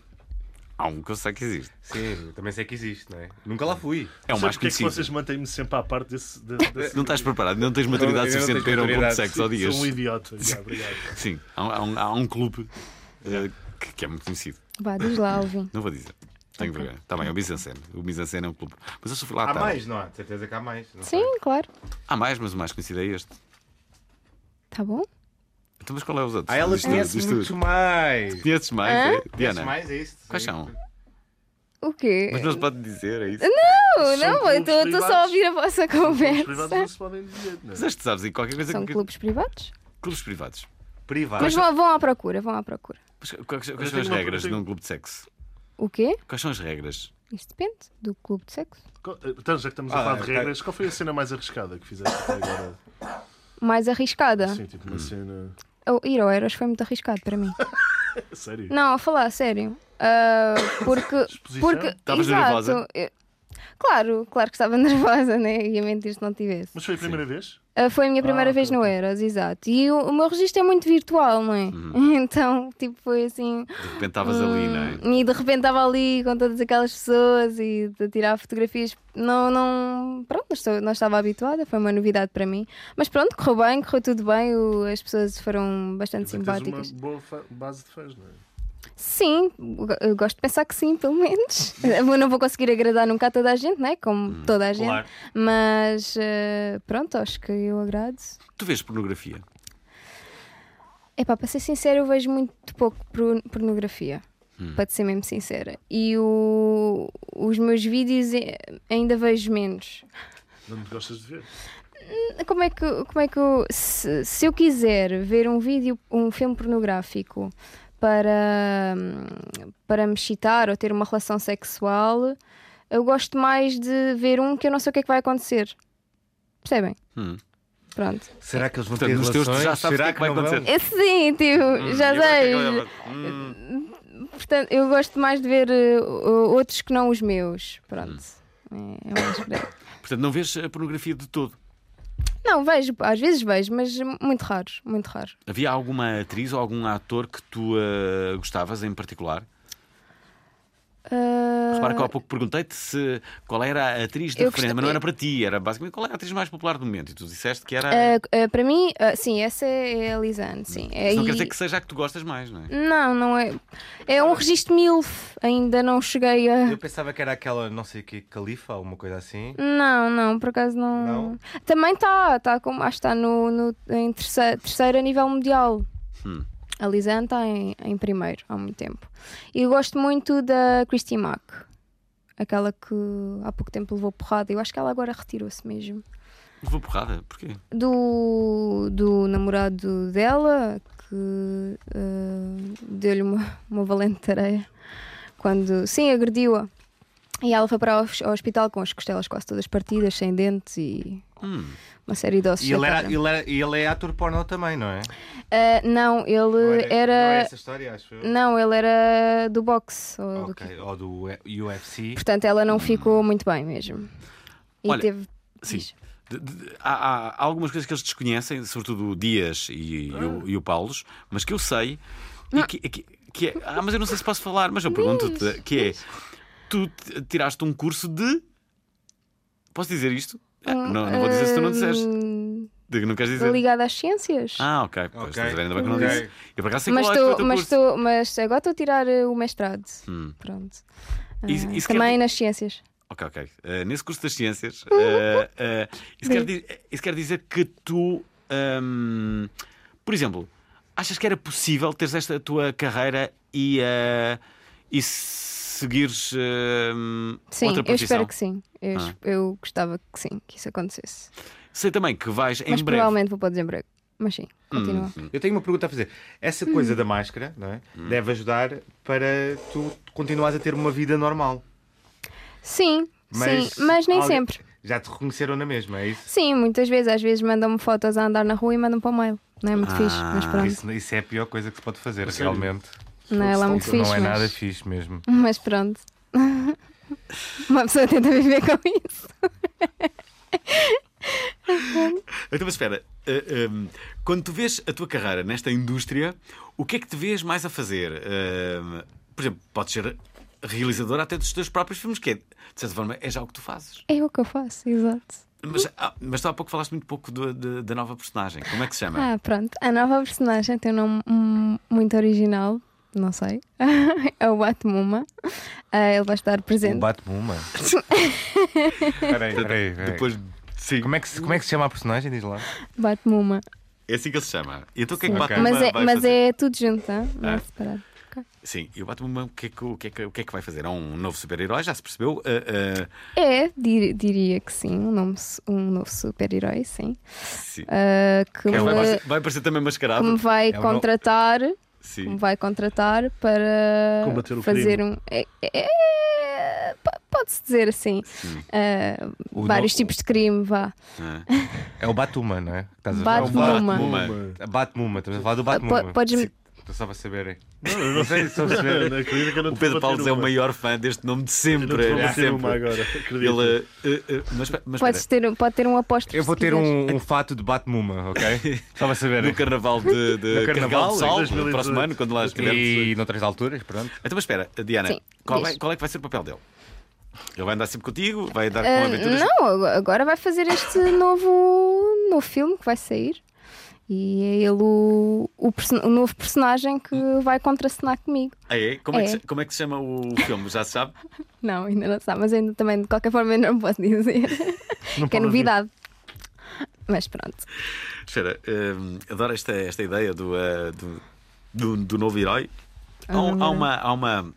Speaker 1: Há um que eu sei que existe.
Speaker 2: Sim, eu também sei que existe, não é? Nunca lá
Speaker 1: É
Speaker 2: fui.
Speaker 1: o
Speaker 3: Não sei
Speaker 1: mais
Speaker 3: porque é que
Speaker 1: conhecido.
Speaker 3: vocês mantêm-me sempre à parte desse. de- desse-
Speaker 1: Não estás preparado, não tens maturidade
Speaker 2: Eu não
Speaker 1: suficiente para ir
Speaker 2: tenho
Speaker 1: a um clube de
Speaker 2: maturidade.
Speaker 1: sexo ao dias.
Speaker 3: Sou um idiota. Já, obrigado.
Speaker 1: Sim, há, um- há um, há um clube eh, que, que é muito conhecido.
Speaker 4: Vá, diz lá, Alvin.
Speaker 1: Não vou dizer. Tenho vergonha. Está bem, é o Misancene. O Misancene é um clube. Mas eu só fui lá à
Speaker 2: Há
Speaker 1: tarde.
Speaker 2: mais, não há? De certeza que há mais. não sei.
Speaker 4: Sim, claro.
Speaker 1: Há mais, mas o mais conhecido é este.
Speaker 4: Tá bom?
Speaker 1: Então, mas qual é os outros?
Speaker 2: Ah, ela
Speaker 1: Diz tu,
Speaker 2: conhece
Speaker 1: diz tu.
Speaker 2: muito mais.
Speaker 1: Conheces mais,
Speaker 4: Hã?
Speaker 1: é?
Speaker 2: Conheces
Speaker 1: Diana.
Speaker 2: mais, é isso?
Speaker 1: Quais
Speaker 2: É
Speaker 1: são?
Speaker 2: isso.
Speaker 4: O quê?
Speaker 1: Mas não se pode dizer, é isso.
Speaker 3: São
Speaker 4: Não, não,
Speaker 3: clubes
Speaker 4: eu estou- estou só a
Speaker 3: privados.
Speaker 4: ouvir a vossa
Speaker 3: Os privados não
Speaker 4: conversa.
Speaker 3: se podem dizer, não é? Ah,
Speaker 1: Mas acho que sabes aí qualquer coisa.
Speaker 4: São
Speaker 1: que-
Speaker 4: clubes privados?
Speaker 1: Clubes privados.
Speaker 4: Mas
Speaker 2: Privados.
Speaker 4: vão, vão à procura, vão à procura.
Speaker 1: Mas
Speaker 2: é
Speaker 1: quais- quais
Speaker 3: Mas
Speaker 1: são
Speaker 3: tenho
Speaker 1: as
Speaker 3: uma-
Speaker 1: regras
Speaker 3: tenho-
Speaker 1: de um clube de sexo?
Speaker 4: O quê?
Speaker 1: Quais são as regras?
Speaker 4: Isso depende do clube de sexo.
Speaker 3: Qual- Então, já que estamos a
Speaker 2: Ah,
Speaker 3: falar de
Speaker 2: ok.
Speaker 3: regras, qual foi a cena mais arriscada que fizeste até agora?
Speaker 4: Mais arriscada.
Speaker 3: Sim, tipo uma cena.
Speaker 4: Oh, ir ao Eros foi muito arriscado para mim.
Speaker 3: Sério?
Speaker 4: Não, a falar a sério. Ah, porque.
Speaker 3: Exposição?
Speaker 4: porque
Speaker 1: Estavas
Speaker 4: exato,
Speaker 1: nervosa?
Speaker 4: eu- Claro, claro que estava nervosa, né? Ia mentir se não tivesse.
Speaker 3: Mas foi a primeira vez?
Speaker 4: Ah, foi a minha primeira
Speaker 3: Ah,
Speaker 4: vez
Speaker 3: ok,
Speaker 4: no
Speaker 3: ok.
Speaker 4: Eras, exato. E o, o meu registro é muito virtual, não é?
Speaker 3: Uhum.
Speaker 4: Então, tipo, foi assim.
Speaker 1: De repente estavas ali, não é?
Speaker 4: E de repente estava ali com todas aquelas pessoas e de tirar fotografias. Não, não. Pronto, não, estou- não estava habituada, foi uma novidade para mim. Mas pronto, correu bem, correu tudo bem, o- as pessoas foram bastante
Speaker 3: Então Tens uma
Speaker 4: simpáticas.
Speaker 3: boa fa- base de fãs, não é?
Speaker 4: Sim, go- eu gosto de pensar que sim, pelo menos. Eu não vou conseguir agradar nunca a toda a gente, não é? Como toda a gente.
Speaker 2: Claro.
Speaker 4: Mas eh, pronto, acho que eu agrado.
Speaker 1: Tu vês pornografia?
Speaker 4: Epá, para ser sincera, eu vejo muito pouco por- pornografia. Para te ser mesmo sincera. E o- os meus vídeos eh, ainda vejo menos.
Speaker 3: Não te gostas de ver?
Speaker 4: Como é que, como é que eu, se, se eu quiser ver um vídeo, um filme pornográfico para, hum, para me excitar ou ter uma relação sexual, eu gosto mais de ver um que eu não sei o que é que vai acontecer. Percebem?
Speaker 1: Hum.
Speaker 4: Pronto.
Speaker 2: Será que eles vão ter
Speaker 1: Portanto, nos teus tu
Speaker 2: relações?
Speaker 1: já sabes o que é
Speaker 2: Será
Speaker 1: que vai
Speaker 2: não vão?
Speaker 1: acontecer.
Speaker 4: É, Sim, tipo, já
Speaker 1: E agora o que é que
Speaker 4: sei.
Speaker 1: ela- Hum.
Speaker 4: Portanto, eu gosto mais de ver eh, o- outros que não os meus. Pronto.
Speaker 1: Hum.
Speaker 4: É, é mais por aí.
Speaker 1: Portanto, não vês a pornografia de todo.
Speaker 4: Não, vejo, às vezes vejo, mas muito raro, muito raro.
Speaker 1: Havia alguma atriz ou algum ator que tu ah, gostavas em particular?
Speaker 4: Ah,
Speaker 1: Repara que há pouco perguntei-te se qual era a atriz de
Speaker 4: Eu
Speaker 1: referência,
Speaker 4: gostava-
Speaker 1: mas não era para ti, era basicamente qual era a atriz mais popular do momento. E tu disseste que era.
Speaker 4: Ah, ah, para mim, ah, sim, essa é a Lisanne, sim. É,
Speaker 1: Isso não
Speaker 4: e-
Speaker 1: quer dizer que seja a que tu gostas mais, não é?
Speaker 4: Não, não é. É um registro milf, ainda não cheguei a.
Speaker 2: Eu pensava que era aquela, não sei o que, califa ou uma coisa assim.
Speaker 4: Não, não, por acaso não.
Speaker 2: Não?
Speaker 4: Também está, tá como, acho que está no, no- em terceiro, terceiro a nível mundial.
Speaker 1: Hum.
Speaker 4: A Lisanne está em, em primeiro há muito tempo. E eu gosto muito da Christy Mack, aquela que há pouco tempo levou porrada. Eu acho que ela agora retirou-se mesmo.
Speaker 1: Levou porrada, porquê?
Speaker 4: do, do namorado dela que eh, deu-lhe uma, uma valente tareia quando sim agrediu-a e ela foi para o hos- ao hospital com as costelas quase todas partidas, sem dentes e
Speaker 1: Hum.
Speaker 4: uma série de ossos.
Speaker 2: E ele, era,
Speaker 4: sacaram.
Speaker 2: ele, era, ele é ator pornô também, não é?
Speaker 4: Eh, não,
Speaker 2: Não
Speaker 4: ele
Speaker 2: não é
Speaker 4: era.
Speaker 2: essa história, acho eu.
Speaker 4: Não, ele era do boxe. ou do
Speaker 2: Ok,
Speaker 4: quê.
Speaker 2: ou do UFC.
Speaker 4: Portanto, ela não ficou muito bem mesmo. E
Speaker 1: Olha,
Speaker 4: teve.
Speaker 1: sim.
Speaker 4: Diz.
Speaker 1: De- de- há, há algumas coisas que eles desconhecem, sobretudo o Dias e, e o, e o Paulos, mas que eu sei. E que, que, que é, ah, mas eu não sei se posso falar, mas eu pergunto-te: que é, tu t- tiraste um curso de. Posso dizer isto? Ah, Não, não vou dizer se
Speaker 4: eh,
Speaker 1: tu não disseste.
Speaker 4: Hum,
Speaker 1: Digo, Não queres dizer?
Speaker 4: Ligada às ciências?
Speaker 1: Ah, ok. Pois,
Speaker 2: Ok.
Speaker 1: estás a ver, Ainda bem que não
Speaker 2: Ok.
Speaker 1: disse. Eu por acaso sei
Speaker 4: mas,
Speaker 1: qual é que foi o
Speaker 4: tô,
Speaker 1: teu
Speaker 4: mas,
Speaker 1: curso.
Speaker 4: tô, mas agora estou a tirar eh, o mestrado.
Speaker 1: Hum.
Speaker 4: Pronto.
Speaker 1: Isso-
Speaker 4: Ah,
Speaker 1: isso quer
Speaker 4: também
Speaker 1: di-
Speaker 4: nas ciências.
Speaker 1: Ok, ok. Eh, nesse curso das ciências,
Speaker 4: Uhum.
Speaker 1: eh, eh, isso, quer di- isso quer dizer que tu, ehm, por exemplo, Achas que era possível teres esta tua carreira e, eh, e seguires eh,
Speaker 4: Sim,
Speaker 1: outra
Speaker 4: eu
Speaker 1: profissão?
Speaker 4: espero que sim. Eu,
Speaker 1: Ah.
Speaker 4: es- eu gostava que sim, que isso acontecesse.
Speaker 1: Sei também que vais em
Speaker 4: Mas
Speaker 1: breve. Hum,
Speaker 4: provavelmente vou para o desemprego. Mas sim, continua.
Speaker 2: Eu tenho uma pergunta a fazer. Essa coisa
Speaker 4: Hum.
Speaker 2: da máscara não é? deve ajudar para tu continuares a ter uma vida normal.
Speaker 4: Sim,
Speaker 2: Mas,
Speaker 4: sim, mas nem
Speaker 2: alguém-
Speaker 4: sempre.
Speaker 2: Já te reconheceram na mesma, é isso?
Speaker 4: Sim, muitas vezes. Às vezes mandam-me fotos a andar na rua e mandam para o mail. Não é muito
Speaker 1: Ah,
Speaker 4: fixe, mas pronto.
Speaker 2: Isso, isso é a pior coisa que se pode fazer,
Speaker 1: sério?
Speaker 2: realmente.
Speaker 4: Não é lá muito
Speaker 2: Isso
Speaker 4: fixe.
Speaker 2: não é
Speaker 4: mas...
Speaker 2: nada fixe mesmo.
Speaker 4: Mas pronto. Uma pessoa tenta viver com isso.
Speaker 1: Então, mas espera, eh, ehm, quando tu vês a tua carreira nesta indústria, o que é que te vês mais a fazer? Ehm, por exemplo, podes ser realizador até dos teus próprios filmes, que é, de certa forma é já o que tu fazes.
Speaker 4: É o que eu faço, exato.
Speaker 1: Mas, ah, mas tu há pouco falaste muito pouco do- de- da nova personagem. Como é que se chama?
Speaker 4: Ah, pronto. A nova personagem tem um nome hum, muito original. Não sei. é o Batmuma. Ah, ele vai estar
Speaker 2: O
Speaker 4: presente.
Speaker 2: Batmuma. peraí, peraí, peraí.
Speaker 1: Depois. Sim.
Speaker 2: Como, é que se, como é que se chama a personagem? Diz lá.
Speaker 4: Batmuma.
Speaker 1: É assim que ele se chama. E então o que é que
Speaker 4: Sim.
Speaker 2: Ok.
Speaker 1: Batman
Speaker 4: Mas, é,
Speaker 1: vai
Speaker 4: mas
Speaker 1: fazer?
Speaker 4: é tudo junto, hã? não é
Speaker 1: Ah.
Speaker 4: separado. Ok.
Speaker 1: Sim, e o Batman o que, é que, o, que é que, o que é que vai fazer? É um novo super-herói, já se percebeu? Ah, ah,
Speaker 4: É, dir- diria que sim, um, nome, su- um novo super-herói, sim.
Speaker 1: sim.
Speaker 4: Ah, Hum, que
Speaker 1: Mas
Speaker 4: me,
Speaker 1: vai, parecer- vai parecer também
Speaker 4: que me
Speaker 1: mascarado.
Speaker 2: É
Speaker 4: vai
Speaker 2: o no-
Speaker 4: contratar. que
Speaker 1: Sim.
Speaker 4: me vai contratar para
Speaker 3: Combater o
Speaker 4: fazer
Speaker 3: crime.
Speaker 4: um. é- é- é- p- Pode-se dizer assim. Ah,
Speaker 2: O
Speaker 4: vários
Speaker 2: no-
Speaker 4: tipos de crime, vá.
Speaker 1: Ah.
Speaker 2: É o Batuma, não é? Estás a falar?
Speaker 4: Batmuma.
Speaker 2: É o Batmuma. Estamos a falar do Batmuma.
Speaker 4: Po- podes-
Speaker 2: Sim. Só para saberem.
Speaker 3: Não, eu não sei se
Speaker 1: O Pedro Paulo é o maior fã deste nome de
Speaker 3: Eu
Speaker 1: sempre.
Speaker 3: não
Speaker 1: é
Speaker 3: vou ter uma
Speaker 1: sempre.
Speaker 3: agora. acredito.
Speaker 1: Ele. eh, eh, mas espera- mas
Speaker 4: Podes
Speaker 1: espera,
Speaker 4: ter, pode ter um apóstolo.
Speaker 2: Eu vou
Speaker 4: se
Speaker 2: ter
Speaker 4: quiseres.
Speaker 2: um, um fato de Batmuma, ok? Só para saberem.
Speaker 1: no carnaval de, de
Speaker 2: No carnaval
Speaker 1: Carnaval,
Speaker 2: de
Speaker 1: Salvo,
Speaker 3: 2018.
Speaker 1: próximo ano, quando lá estivermos.
Speaker 2: E noutras alturas, pronto.
Speaker 1: Então, mas espera, Diana,
Speaker 4: Sim,
Speaker 1: qual, é,
Speaker 4: diz.
Speaker 1: qual é que vai ser o papel dele? Ele vai andar sempre contigo? Vai andar
Speaker 4: Ah,
Speaker 1: com aventuras?
Speaker 4: não, ag- agora vai fazer este novo, novo filme que vai sair. E é ele o, o, perso- o novo personagem que vai contracenar comigo.
Speaker 1: Ah, é? Como, é. que
Speaker 4: É.
Speaker 1: se, como é que se chama o filme? Já se sabe?
Speaker 4: Não, ainda não sabe, mas ainda também, de qualquer forma, eu não posso dizer.
Speaker 3: Não
Speaker 4: que é
Speaker 3: pode
Speaker 4: novidade. Mas pronto.
Speaker 1: Espera, hum, adoro esta, esta ideia do, ah, do, do, do novo herói. Há, um-
Speaker 4: Ah.
Speaker 1: há uma, há, uma,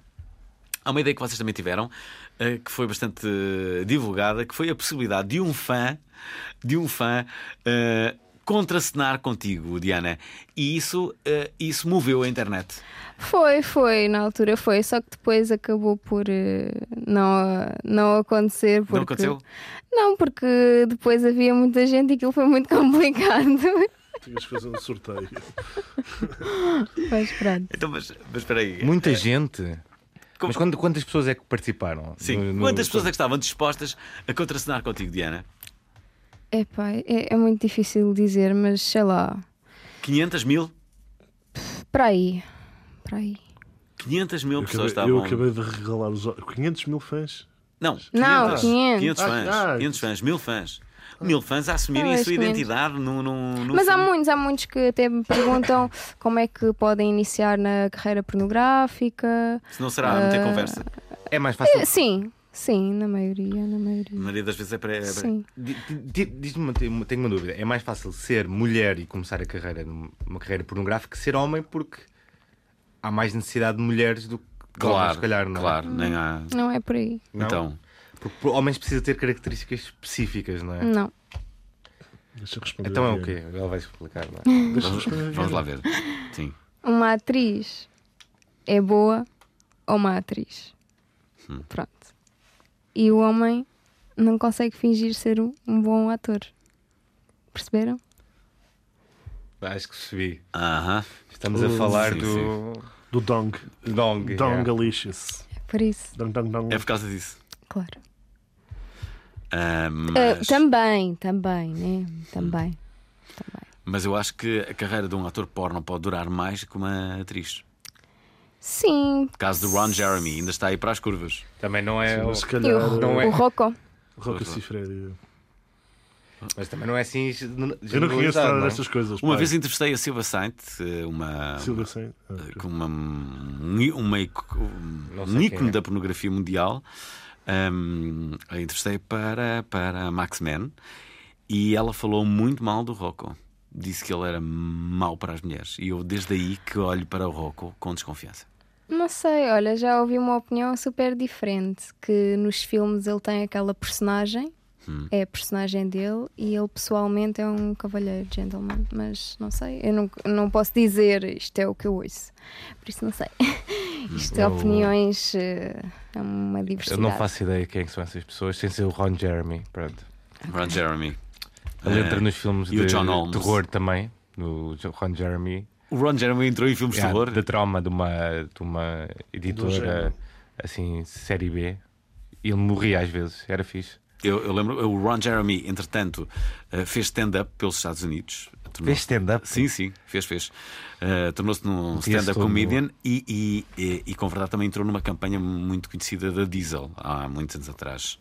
Speaker 1: há uma ideia que vocês também tiveram ah, que foi bastante ah, divulgada, que foi a possibilidade de um fã, de um fã. ah, Contracenar contigo, Diana, e isso, ah, isso moveu a internet.
Speaker 4: Foi, foi, na altura foi, só que depois acabou por eh, não, não acontecer. Porque...
Speaker 1: Não aconteceu?
Speaker 4: Não, porque depois havia muita gente e aquilo foi muito complicado.
Speaker 1: eh,
Speaker 3: haver. Tinhas que fazer um sorteio.
Speaker 4: Mas pronto.
Speaker 1: Então, mas, mas espera aí.
Speaker 2: Muita gente.
Speaker 1: Como-
Speaker 2: Mas quando- quantas pessoas é que participaram?
Speaker 1: Sim.
Speaker 2: No- no-
Speaker 1: Quantas pessoas é que estavam dispostas a contracenar contigo, Diana?
Speaker 4: Epá, é, é muito difícil dizer, mas sei lá.
Speaker 1: 500 mil?
Speaker 4: Para aí. Para aí.
Speaker 1: 500 mil
Speaker 3: Eu
Speaker 1: pessoas
Speaker 3: acabei,
Speaker 1: estavam.
Speaker 3: eu acabei de regalar os olhos. 500 mil fãs.
Speaker 1: Não,
Speaker 4: Não,
Speaker 1: 500,
Speaker 4: 500.
Speaker 1: 500 fãs,
Speaker 3: Ah, ah.
Speaker 1: 500 fãs, mil fãs. Mil fãs a assumirem
Speaker 4: Talvez
Speaker 1: a sua
Speaker 4: 500.
Speaker 1: identidade num. num, num
Speaker 4: Mas há
Speaker 1: filme.
Speaker 4: muitos, há muitos que até me perguntam como é que podem iniciar na carreira pornográfica.
Speaker 1: Se não será
Speaker 4: Ah,
Speaker 1: muita conversa.
Speaker 2: É mais fácil.
Speaker 4: Eh, Sim, sim, na maioria, na
Speaker 1: A
Speaker 4: maioria.
Speaker 1: maioria das vezes é para. é para-
Speaker 4: Sim.
Speaker 2: Di- di- Diz-me, uma- tenho uma- tenho uma dúvida. É mais fácil ser mulher e começar a carreira num- uma carreira pornográfica que ser homem porque há mais necessidade de mulheres do que de homens,
Speaker 1: Claro,
Speaker 2: se calhar, não é?
Speaker 1: claro, nem há.
Speaker 4: Não é por aí.
Speaker 2: Não?
Speaker 1: Então,
Speaker 2: Porque homens precisam ter características específicas, não é?
Speaker 4: Não.
Speaker 3: Deixa eu responder.
Speaker 2: Então é
Speaker 3: a
Speaker 2: o quê?
Speaker 3: Diana.
Speaker 2: Ele vai explicar, não é?
Speaker 3: Deixa eu
Speaker 1: vamos,
Speaker 3: responder. a
Speaker 1: vamos lá
Speaker 3: Diana.
Speaker 1: ver. Sim.
Speaker 4: uma atriz é boa ou uma atriz. Pronto. E o homem não consegue fingir ser um, um bom ator. Perceberam?
Speaker 2: é? Acho que percebi.
Speaker 1: Aham.
Speaker 2: Estamos a
Speaker 3: Hum,
Speaker 2: falar
Speaker 1: sim,
Speaker 2: do.
Speaker 3: Do Dong.
Speaker 2: Dong. yeah.
Speaker 3: Dongalicious.
Speaker 4: É por isso,
Speaker 3: Dong, dong, dong.
Speaker 1: É por causa disso.
Speaker 4: claro.
Speaker 1: Ah,
Speaker 4: Ah,
Speaker 1: mas,
Speaker 4: também, também, né? Também.
Speaker 1: mas eu acho que a carreira de um ator porno pode durar mais que uma atriz.
Speaker 4: Sim.
Speaker 1: Caso do Ron Jeremy, ainda está aí para as curvas.
Speaker 2: Também não é.
Speaker 3: Mas se
Speaker 4: E
Speaker 3: calhar. eh,
Speaker 4: o,
Speaker 2: Não é.
Speaker 4: o Rocco.
Speaker 3: Roca Cifredi.
Speaker 2: Mas também não é assim. é?
Speaker 3: Eu não conheço nada destas coisas.
Speaker 1: é? Uma
Speaker 3: pai.
Speaker 1: vez entrevistei a Silva Saint, eh, uma,
Speaker 3: Silva Saint. Ah,
Speaker 1: com uma, um í- uma íco-
Speaker 2: Não
Speaker 1: um
Speaker 2: sei quem
Speaker 1: ícone
Speaker 2: é.
Speaker 1: da pornografia mundial. Ahm, a entrevistei para, para a Max Men e ela falou muito mal do Rocco. disse que ele era mau para as mulheres. E eu, desde aí, que olho para o Rocco com desconfiança.
Speaker 4: Não sei, olha, já ouvi uma opinião super diferente. Que nos filmes ele tem aquela personagem,
Speaker 2: Hum.
Speaker 4: é a personagem dele, e ele pessoalmente é um cavalheiro, gentleman. Mas não sei, eu não, não posso dizer isto é o que eu ouço. Por isso não sei. Isto é
Speaker 2: Hum. Eu-
Speaker 4: opiniões, eh, é uma
Speaker 2: Eu
Speaker 4: diversidade.
Speaker 2: não faço ideia quem é que são essas pessoas, sem ser o Ron Jeremy. Pronto.
Speaker 1: Ron Jeremy.
Speaker 2: Ele
Speaker 1: Eh,
Speaker 2: entra nos filmes
Speaker 1: e
Speaker 2: de
Speaker 1: o John Holmes.
Speaker 2: terror também, no Ron Jeremy.
Speaker 1: O Ron Jeremy entrou em filmes de
Speaker 2: Yeah,
Speaker 1: terror.
Speaker 2: Da trauma de uma, de uma editora
Speaker 3: género.
Speaker 2: assim, série B. Ele morria às vezes, era fixe.
Speaker 1: Eu, eu lembro, o Ron Jeremy, entretanto, eh, fez stand-up pelos Estados Unidos. Tornou-
Speaker 2: Fez stand-up?
Speaker 1: Sim, sim, fez, fez. Eh, Tornou-se num
Speaker 2: Metia-se
Speaker 1: stand-up
Speaker 2: todo no-
Speaker 1: comedian e, e, e, e, com verdade, também entrou numa campanha muito conhecida da Diesel, há muitos anos atrás,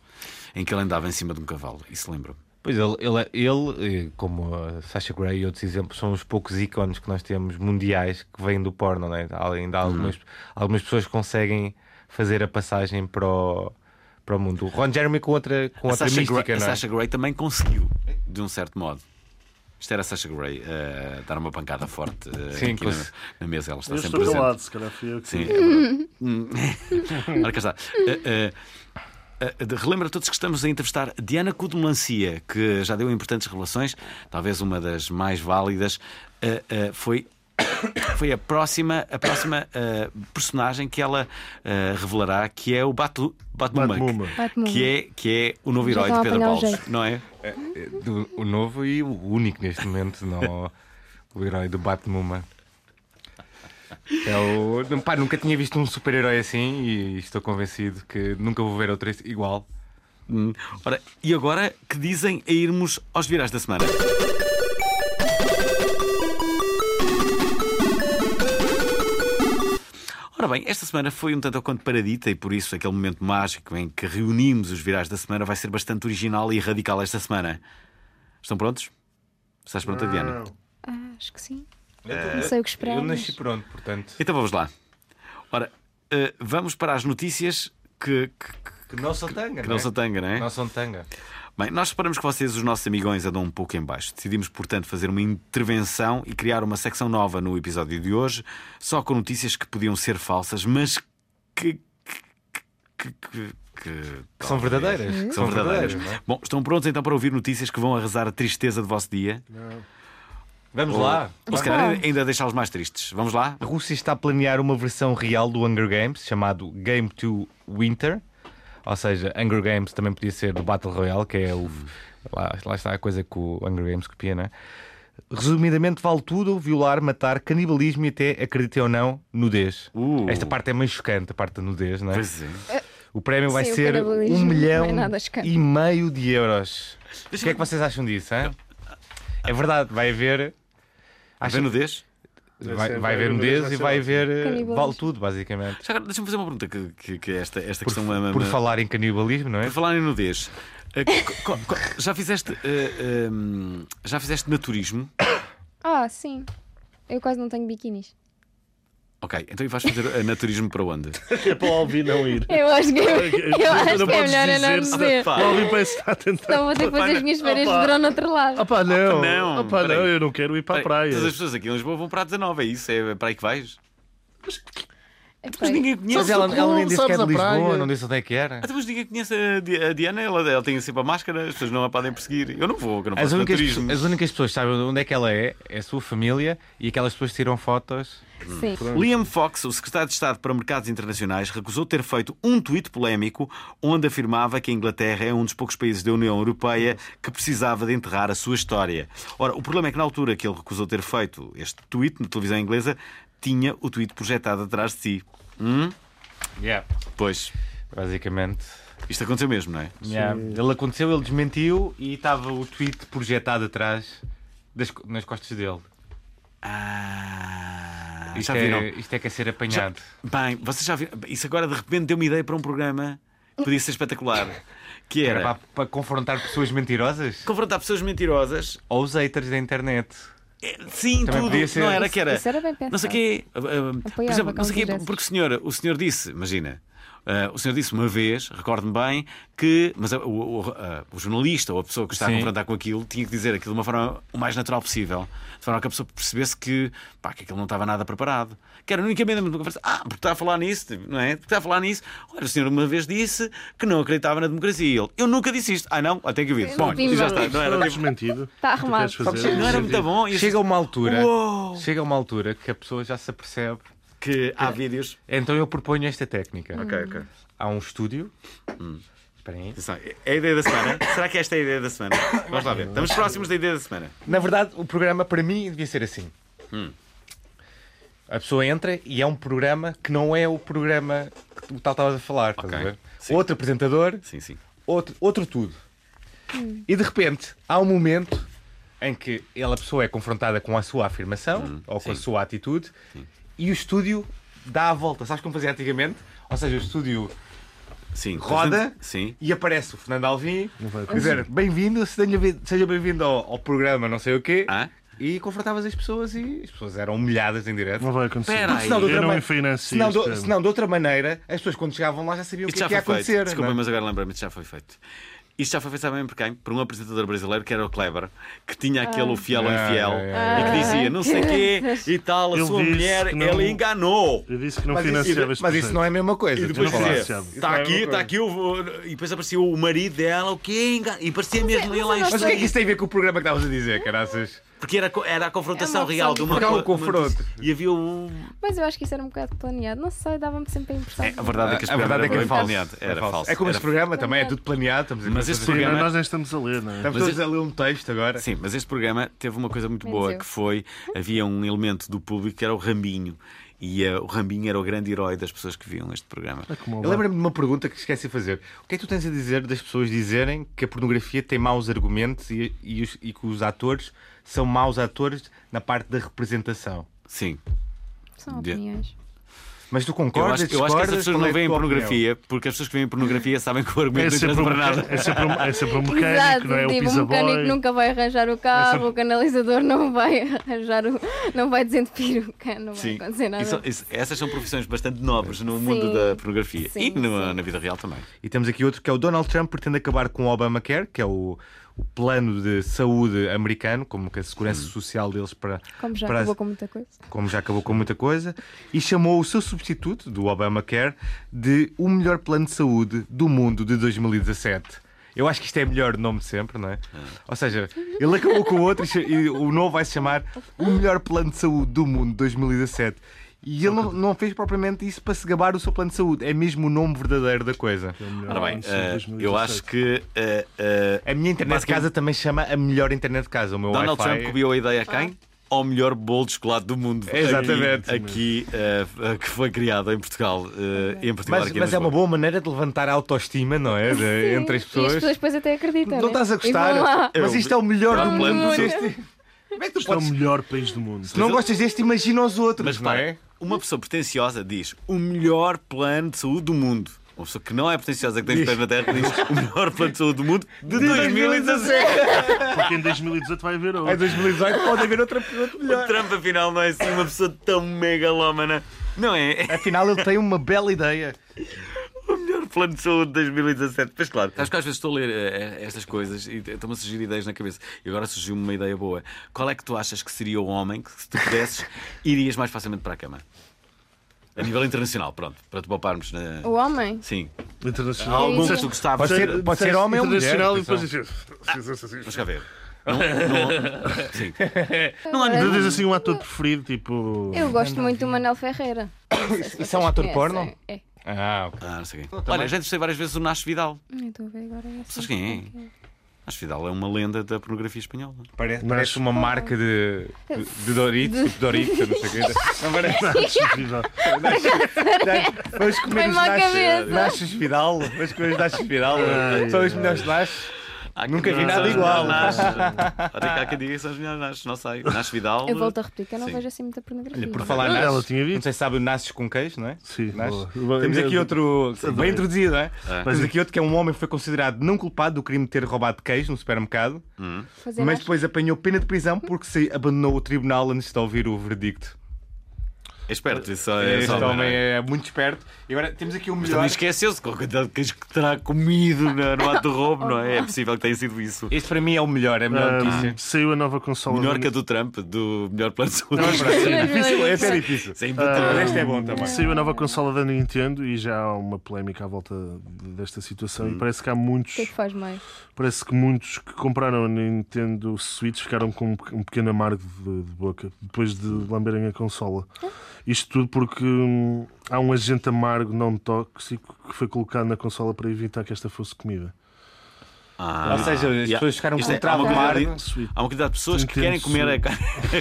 Speaker 1: em que ele andava em cima de um cavalo, isso lembro-me.
Speaker 2: Pois ele, ele, ele, eh, como a Sasha Grey e outros exemplos, são os poucos ícones que nós temos mundiais que vêm do porno, não é? Há Ainda há
Speaker 1: Uhum.
Speaker 2: algumas, algumas pessoas que conseguem fazer a passagem para o, para o mundo. O Ron Jeremy com outra, com
Speaker 1: A
Speaker 2: outra
Speaker 1: Sasha,
Speaker 2: mística,
Speaker 1: Grey, a
Speaker 2: não é?
Speaker 1: Sasha Grey também conseguiu, de um certo modo. Isto era a Sasha Grey eh, dar uma pancada forte eh,
Speaker 2: Sim,
Speaker 1: aqui na,
Speaker 2: cons-
Speaker 1: na mesa, ela está
Speaker 3: Eu
Speaker 1: sempre
Speaker 3: estou do
Speaker 1: presente.
Speaker 3: lado, se calhar fui eu que
Speaker 1: Sim, é verdade. Hum. Ora, cá está. Eh, eh, eh, de- relembra a todos que estamos a entrevistar Diana Codomelancia, que já deu importantes revelações, talvez uma das mais válidas. eh, eh, foi. Foi a próxima, a próxima eh, personagem que ela eh, revelará, que é o Batu, Batmumak,
Speaker 3: Batmumak.
Speaker 4: Batmumak.
Speaker 1: que é, que é o novo
Speaker 4: Já
Speaker 1: herói de
Speaker 4: estava a
Speaker 1: Pedro
Speaker 4: apanhar o
Speaker 1: Paulo,
Speaker 4: jeito.
Speaker 1: não é?
Speaker 2: Eh, do- o novo e o único neste momento, não o herói do Batman. É o... não, pá, nunca tinha visto um super-herói assim e estou convencido que nunca vou ver outro igual.
Speaker 1: Hum. Ora, e agora que dizem a irmos aos virais da semana? Ora bem, esta semana foi um tanto ou quanto paradita e por isso aquele momento mágico em que reunimos os virais da semana vai ser bastante original e radical esta semana. Estão prontos? Estás pronta, Diana?
Speaker 4: Ah, acho que sim. Não sei o que esperar.
Speaker 2: Eh, É, Eu nasci
Speaker 4: mas-
Speaker 2: pronto, portanto,
Speaker 1: Então vamos lá. Ora, eh, vamos para as notícias que, que,
Speaker 2: que não são tanga,
Speaker 1: que não são tanga, não é?
Speaker 2: Não são tanga.
Speaker 1: Bem, nós reparamos que vocês, os nossos amigões, andam um pouco em baixo. Decidimos, portanto, fazer uma intervenção e criar uma secção nova no episódio de hoje, só com notícias que podiam ser falsas, mas que. que, que, que- que-
Speaker 2: Que são verdadeiras. é?
Speaker 1: Que são Hum. verdadeiras. Bom, estão prontos então para ouvir notícias que vão arrasar a tristeza do vosso dia?
Speaker 2: Vamos lá.
Speaker 1: Ou se calhar ainda deixá-los mais tristes. Vamos lá?
Speaker 2: A Rússia está a planear uma versão real do Hunger Games, chamado Game to Winter. Ou seja, Hunger Games também podia ser do Battle Royale, que é o. Lá, lá está a coisa que o Hunger Games copia, não é? Resumidamente, vale tudo: violar, matar, canibalismo e até, acreditem ou não, nudez.
Speaker 1: Uh.
Speaker 2: Esta parte é meio chocante, a parte da nudez, não é?
Speaker 1: Pois é.
Speaker 2: O prémio vai
Speaker 4: Sim, o
Speaker 2: ser
Speaker 4: canibalismo
Speaker 2: um milhão
Speaker 4: não é nada chocante.
Speaker 2: e meio de euros. O que
Speaker 1: Deixa-me-
Speaker 2: é que vocês acham disso? Hein? É verdade, vai haver.
Speaker 1: Vem nudez?
Speaker 2: Vai,
Speaker 3: ser-
Speaker 2: vai
Speaker 3: vai
Speaker 2: haver
Speaker 3: haver
Speaker 2: nudez
Speaker 3: nudez,
Speaker 2: e
Speaker 3: vai
Speaker 2: vai
Speaker 3: ser ótimo.
Speaker 2: haver. eh,
Speaker 4: Canibalismo.
Speaker 2: Vale tudo, basicamente.
Speaker 1: Já agora, deixa-me fazer uma pergunta que, que- que esta, esta
Speaker 2: Por,
Speaker 1: questão me-
Speaker 2: por
Speaker 1: me-
Speaker 2: falar em canibalismo, não é?
Speaker 1: Por falar em nudez, eh, co- co- co- já fizeste. eh, ehm, já fizeste naturismo?
Speaker 4: Ah, sim. Eu quase não tenho biquinis.
Speaker 1: Ok, então e vais fazer eh, naturismo para onde?
Speaker 3: É para o Alvin não ir.
Speaker 4: Eu acho que, eu acho
Speaker 3: não
Speaker 4: que é
Speaker 3: podes
Speaker 4: melhor eu não
Speaker 3: dizer,
Speaker 4: dizer.
Speaker 3: O Alvin parece que está a tentar.
Speaker 4: Então vou ter que fazer as minhas férias de verão no outro lado.
Speaker 3: Ah pá, não.
Speaker 1: não,
Speaker 3: Ah pá,
Speaker 1: peraí.
Speaker 3: não, eu não quero ir para a praia.
Speaker 1: Todas as pessoas aqui em Lisboa vão para a 19, é isso? É para aí que vais?
Speaker 4: Epá,
Speaker 1: Mas ninguém conhece.
Speaker 2: Mas ela, ela nem disse que é de
Speaker 3: Sabes a
Speaker 2: Lisboa,
Speaker 3: praia?
Speaker 2: não disse onde é que era.
Speaker 1: Até mas ninguém conhece a Di- a Diana, ela, ela tem sempre a máscara, as pessoas não a podem perseguir. Eu não vou, que eu não
Speaker 2: As
Speaker 1: faço
Speaker 2: únicas,
Speaker 1: naturismo.
Speaker 2: as únicas pessoas que sabem onde é que ela é, é a sua família e aquelas pessoas que tiram fotos.
Speaker 4: Sim.
Speaker 1: Liam Fox, o secretário de Estado para Mercados Internacionais, recusou ter feito um tweet polémico onde afirmava que a Inglaterra é um dos poucos países da União Europeia que precisava de enterrar a sua história. Ora, o problema é que na altura que ele recusou ter feito este tweet na televisão inglesa, tinha o tweet projetado atrás de si. Hum?
Speaker 2: Yeah.
Speaker 1: Pois,
Speaker 2: Basicamente.
Speaker 1: isto aconteceu mesmo, não é?
Speaker 2: Yeah. Ele aconteceu, ele desmentiu e estava o tweet projetado atrás das co- nas costas dele.
Speaker 1: Ah,
Speaker 2: Isto,
Speaker 1: já viram?
Speaker 2: é, isto é que é ser apanhado.
Speaker 1: Bem, vocês já viram? Isso agora de repente deu-me ideia para um programa que podia ser espetacular. Que
Speaker 2: Era
Speaker 1: era
Speaker 2: para, para confrontar pessoas mentirosas
Speaker 1: confrontar pessoas mentirosas
Speaker 2: ou os haters da internet.
Speaker 1: É, Sim,
Speaker 2: Também
Speaker 1: tudo.
Speaker 2: podia ser-
Speaker 1: Não era
Speaker 4: Isso-
Speaker 1: que era.
Speaker 4: isso era bem
Speaker 1: Não sei
Speaker 4: pensado.
Speaker 1: o quê. ah, ah, Por exemplo, não
Speaker 4: Apoiava
Speaker 1: sei o
Speaker 4: causas
Speaker 1: quê.
Speaker 4: dessas.
Speaker 1: Porque o senhor, o senhor disse, imagina, Ah, o senhor disse uma vez, recordo-me bem, que mas ah, o, o- ah, o jornalista ou a pessoa que está a
Speaker 2: Sim.
Speaker 1: confrontar com aquilo tinha que dizer aquilo de uma forma o mais natural possível, de forma que a pessoa percebesse que, pá, que aquilo não estava nada preparado. Que era unicamente uma conversa. Ah, porque está a falar nisso, não é? Porque está a falar nisso. Olha, o senhor uma vez disse que não acreditava na democracia. Ele, eu nunca disse isto. Ah, não? Ah, tem que ouvir.
Speaker 4: Eu
Speaker 1: Bom,
Speaker 4: não vi,
Speaker 1: já
Speaker 4: mas-
Speaker 1: está. Não era,
Speaker 3: Está desmentido.
Speaker 4: Está
Speaker 3: O que tu queres
Speaker 4: arrumado.
Speaker 3: fazer?
Speaker 1: não era muito bom. Isso-
Speaker 2: Chega uma altura,
Speaker 1: Uou!
Speaker 2: chega uma altura que a pessoa já se apercebe.
Speaker 1: que há vídeos.
Speaker 2: Então eu proponho esta técnica. Há um estúdio.
Speaker 1: Hum.
Speaker 2: Esperem aí.
Speaker 1: Atenção, É a ideia da semana. Será que esta é a ideia da semana? Vamos lá ver. Estamos próximos da ideia da semana.
Speaker 2: Na verdade, o programa para mim devia ser assim.
Speaker 1: Hum.
Speaker 2: A pessoa entra e é um programa que não é o programa que o tal estava a falar. estás
Speaker 1: Ok.
Speaker 2: a ver?
Speaker 1: Sim.
Speaker 2: Outro apresentador,
Speaker 1: Sim, sim.
Speaker 2: outro, outro tudo. E de repente há um momento em que ela, a pessoa é confrontada com a sua afirmação ou com a
Speaker 1: Uhum. sim.
Speaker 2: sua atitude e o estúdio dá a volta. Sabes como fazia antigamente? Ou seja, o estúdio
Speaker 1: Sim.
Speaker 2: roda
Speaker 1: Sim.
Speaker 2: e aparece o Fernando Alvim
Speaker 3: vai
Speaker 2: dizer bem-vindo, seja bem- seja bem-vindo ao, ao programa não sei o quê
Speaker 1: Ah?
Speaker 2: e confrontavas as pessoas e as pessoas eram humilhadas em direto.
Speaker 3: Não vai acontecer.
Speaker 1: Espera aí.
Speaker 2: Senão de outra
Speaker 3: Eu não
Speaker 2: man-
Speaker 3: enfinancio
Speaker 2: senão
Speaker 3: este
Speaker 2: do-
Speaker 3: tema.
Speaker 2: senão de outra maneira, as pessoas quando chegavam lá já sabiam o
Speaker 1: Isto
Speaker 2: que, é
Speaker 1: já
Speaker 2: que ia
Speaker 1: foi
Speaker 2: acontecer.
Speaker 1: feito. Desculpa,
Speaker 2: não é?
Speaker 1: mas agora lembrei-me, isto já foi feito. Isto já foi feito, sabem por quem? Por um apresentador brasileiro que era o Kleber, que tinha aquele o fiel ou
Speaker 2: Ah,
Speaker 1: infiel
Speaker 2: é, é,
Speaker 1: e que
Speaker 4: é.
Speaker 1: dizia não sei quê e tal, a
Speaker 3: Ele
Speaker 1: sua
Speaker 3: disse
Speaker 1: mulher,
Speaker 3: que não-
Speaker 1: ele enganou.
Speaker 3: Eu disse que não
Speaker 2: Mas isso-
Speaker 3: financiava
Speaker 2: mas
Speaker 3: este
Speaker 2: isso, não é a mesma coisa.
Speaker 1: E depois
Speaker 3: não
Speaker 2: desculpa lá.
Speaker 1: dizia,
Speaker 3: financiava.
Speaker 1: está
Speaker 2: Não é
Speaker 1: aqui,
Speaker 2: uma coisa.
Speaker 1: está aqui, o... e depois apareceu o marido dela, o quê? Enga- E parecia mesmo
Speaker 4: mas
Speaker 1: ele lá em
Speaker 4: eu não
Speaker 2: Mas o que é que isso tem a ver com o programa que estavas a dizer, caraças?
Speaker 1: Porque era, co- era a confrontação
Speaker 4: É uma
Speaker 1: real de
Speaker 4: opção
Speaker 1: uma
Speaker 2: diferente.
Speaker 1: co-
Speaker 2: Era um confronto.
Speaker 1: E havia um.
Speaker 4: Mas eu acho que isso era um bocado planeado. Não sei, dava-me sempre a impressão.
Speaker 1: A verdade é que este
Speaker 2: a verdade é que
Speaker 1: programa
Speaker 2: é
Speaker 1: era
Speaker 2: falso.
Speaker 1: planeado.
Speaker 2: É
Speaker 1: Era falso.
Speaker 2: É como
Speaker 1: Era-
Speaker 2: este programa também, é tudo planeado. Estamos a
Speaker 1: Mas
Speaker 2: fazer-
Speaker 1: este
Speaker 3: Sim,
Speaker 1: programa-
Speaker 3: nós nem estamos a ler, não é?
Speaker 2: Estamos todos a ler um texto agora.
Speaker 1: Sim, mas este programa teve uma coisa muito
Speaker 4: Menos
Speaker 1: boa
Speaker 4: eu.
Speaker 1: que foi havia um elemento do público que era o Rambinho e eh, o Rambinho era o grande herói das pessoas que viam este programa.
Speaker 3: Como
Speaker 2: Eu lembro-me de uma pergunta que esqueci de fazer. O que é que tu tens a dizer das pessoas dizerem que a pornografia tem maus argumentos e, e os- e que os atores são maus atores na parte da representação?
Speaker 1: Sim,
Speaker 4: São opiniões.
Speaker 2: Mas tu
Speaker 1: eu
Speaker 2: concordas?
Speaker 1: acho, eu acho que essas
Speaker 2: discordas?
Speaker 1: pessoas
Speaker 2: Qual é
Speaker 1: não
Speaker 2: a
Speaker 1: veem
Speaker 2: tua opinião?
Speaker 1: pornografia porque as pessoas que veem pornografia sabem que o
Speaker 3: É
Speaker 1: argumento não
Speaker 3: sempre,
Speaker 1: interessa
Speaker 3: um,
Speaker 1: para nada.
Speaker 3: meca- é, sempre um, é sempre um mecânico,
Speaker 4: Exato,
Speaker 3: não é? O
Speaker 4: tipo, o mecânico
Speaker 3: pizza-boy.
Speaker 4: nunca vai arranjar o carro, o canalizador não vai arranjar o. não vai desentupir o cano, não vai acontecer nada.
Speaker 1: Isso- isso- essas são profissões bastante nobres no mundo
Speaker 4: Sim.
Speaker 1: da pornografia
Speaker 4: Sim,
Speaker 1: e na,
Speaker 4: sim.
Speaker 1: na vida real também.
Speaker 2: E temos aqui outro que é o Donald Trump pretende acabar com o Obamacare, que é o, o plano de saúde americano, como que a segurança
Speaker 1: Hum.
Speaker 2: social deles para.
Speaker 4: Como já
Speaker 2: para-
Speaker 4: acabou com muita coisa.
Speaker 2: como já acabou com muita coisa, e chamou o seu substituto do Obamacare de o melhor plano de saúde do mundo de 2017. Eu acho que isto é o melhor nome de sempre, não é? Ou seja, ele acabou com o outro e cha- e o novo vai se chamar o melhor plano de saúde do mundo de 2017. E ele não, não fez propriamente isso para se gabar o seu plano de saúde, é mesmo o nome verdadeiro da coisa.
Speaker 1: Ora bem,
Speaker 3: Sim,
Speaker 1: eh,
Speaker 3: 2017.
Speaker 1: eu acho que eh, eh,
Speaker 2: A minha internet de
Speaker 1: Basicamente-
Speaker 2: casa também chama a melhor internet de casa, o meu
Speaker 1: Donald
Speaker 2: Wi-Fi.
Speaker 1: Trump copiou a ideia a quem?
Speaker 2: Ah.
Speaker 1: Ao melhor bolo de chocolate do mundo.
Speaker 2: Exatamente.
Speaker 1: Aqui, aqui, eh, eh, que foi criado em Portugal. eh, em particular
Speaker 2: mas,
Speaker 1: aqui em
Speaker 2: mas é uma
Speaker 1: Lisboa.
Speaker 2: boa maneira de levantar a autoestima, não é? De- entre as
Speaker 4: E as
Speaker 2: pessoas.
Speaker 4: pessoas depois até acreditam.
Speaker 2: Não
Speaker 4: né?
Speaker 2: estás a
Speaker 4: E vão lá.
Speaker 2: gostar? Mas
Speaker 1: Eu-
Speaker 2: isto é o melhor
Speaker 1: eu
Speaker 2: do
Speaker 1: lembro-me
Speaker 2: mundo.
Speaker 1: disso.
Speaker 2: Este- Como é que tu
Speaker 3: Isto é o
Speaker 2: podes-
Speaker 3: melhor país do mundo.
Speaker 2: Se não gostas deste, imagina os outros,
Speaker 1: Mas
Speaker 2: não
Speaker 1: repara,
Speaker 2: é?
Speaker 1: uma pessoa pretenciosa diz o melhor plano de saúde do mundo. Uma pessoa que não é pretenciosa, que tem pés na terra, diz o melhor plano de saúde do mundo de 2017.
Speaker 3: Porque em 2018 vai haver
Speaker 2: Em
Speaker 3: outro.
Speaker 2: 2018 pode haver outra pergunta
Speaker 1: O
Speaker 2: melhor.
Speaker 1: Trump, afinal, não é assim uma pessoa tão megalómana. Não é?
Speaker 2: Afinal, ele tem uma bela ideia.
Speaker 1: melhor plano de saúde de 2017. Mas claro, acho que às vezes estou a ler eh, estas coisas e estão-me a surgir ideias na cabeça. E agora surgiu-me uma ideia boa. Qual é que tu achas que seria o homem que, se tu pudesses, irias mais facilmente para a cama? A nível internacional, pronto, para te pouparmos na.
Speaker 4: O homem.
Speaker 1: Sim. Há
Speaker 3: Internacional.
Speaker 1: algum
Speaker 4: Sim.
Speaker 1: que tu gostavas
Speaker 2: Pode ser, pode ser homem ou mulher.
Speaker 3: Internacional e
Speaker 2: atenção.
Speaker 3: depois dizer.
Speaker 1: Vamos cá ver. Não, não- Sim. Não há
Speaker 3: Tu
Speaker 1: nenhum.
Speaker 3: tens assim um ator preferido, tipo.
Speaker 4: Eu gosto muito do Manel Ferreira.
Speaker 2: Isso é um ator
Speaker 4: Conhecem?
Speaker 2: porno?
Speaker 4: É.
Speaker 2: Ah, ok.
Speaker 1: Ah, não sei quem. Olha, já entrevistei várias vezes o Nacho Vidal.
Speaker 4: Ai, Hum, Estou a ver agora. assim, essa.
Speaker 1: Sabes quem é? Nacho Vidal é uma lenda da pornografia espanhola.
Speaker 2: Parece,
Speaker 3: Mas-
Speaker 2: parece uma marca de, de, de Doritos, tipo Doritos, não sei o quê. Não parece?
Speaker 3: Desprezível.
Speaker 2: Não, Vamos comer
Speaker 4: Foi
Speaker 2: os
Speaker 4: má cabeça.
Speaker 2: nachos, nachos Vidal. Vamos comer os nachos Vidal. São os melhores nachos.
Speaker 1: Há
Speaker 2: Nunca
Speaker 1: quem
Speaker 2: vi
Speaker 1: diga
Speaker 2: nada
Speaker 1: que são
Speaker 2: igual.
Speaker 1: os melhores Nachos. Há de cá quem diga que são os melhores Nachos, não sei. Nacho Vidal.
Speaker 4: Eu volto a repetir que eu não
Speaker 1: Sim.
Speaker 4: vejo assim muita pornografia.
Speaker 2: Por falar
Speaker 3: Ela
Speaker 2: nachos,
Speaker 3: tinha dito.
Speaker 2: não sei se sabe, nasces com queijo, não é?
Speaker 3: Sim,
Speaker 2: Nasces.
Speaker 3: boa. Eh,
Speaker 2: Temos aqui outro bem introduzido, não é? Temos
Speaker 3: Mas-
Speaker 2: aqui outro que é um homem que foi considerado não culpado do crime de ter roubado queijo no supermercado,
Speaker 4: Fazer
Speaker 2: mas
Speaker 4: mais-
Speaker 2: depois apanhou pena de prisão porque se abandonou o tribunal antes de ouvir o verdicto.
Speaker 1: É esperto, isso é
Speaker 6: Este
Speaker 1: só uma-
Speaker 6: homem é muito esperto. E agora temos aqui o melhor.
Speaker 1: Também esqueceu-se com a quantidade de queijo que terá comido na- no ato de roubo, não é? É possível que tenha sido isso.
Speaker 2: Este para mim é o melhor, é a
Speaker 1: Ah,
Speaker 2: melhor notícia.
Speaker 3: Ahm, eh, saiu a nova consola.
Speaker 1: Melhor
Speaker 3: da-
Speaker 1: que a do Trump, do melhor plano de saúde.
Speaker 6: É até difícil.
Speaker 1: Sem
Speaker 6: Mas
Speaker 1: dúvida.
Speaker 6: este é bom também.
Speaker 3: Saiu a nova consola da Nintendo e já há uma polémica à volta de- desta situação
Speaker 6: Hum.
Speaker 3: e parece que há muitos,
Speaker 4: que é que faz mais?
Speaker 3: parece que muitos que compraram a Nintendo Switch ficaram com um pe- um pequeno amargo de, de boca depois de lamberem a consola.
Speaker 4: É.
Speaker 3: Isto tudo porque hum, há um agente amargo não tóxico que foi colocado na consola para evitar que esta fosse comida.
Speaker 1: Ah,
Speaker 6: Ou seja, as
Speaker 1: yeah.
Speaker 6: pessoas ficaram
Speaker 1: Isto
Speaker 6: com
Speaker 1: é-
Speaker 6: um trauma
Speaker 1: há uma coisa
Speaker 6: amargo.
Speaker 3: Switch.
Speaker 1: Há uma quantidade de pessoas que
Speaker 3: Entendo,
Speaker 1: querem comer a a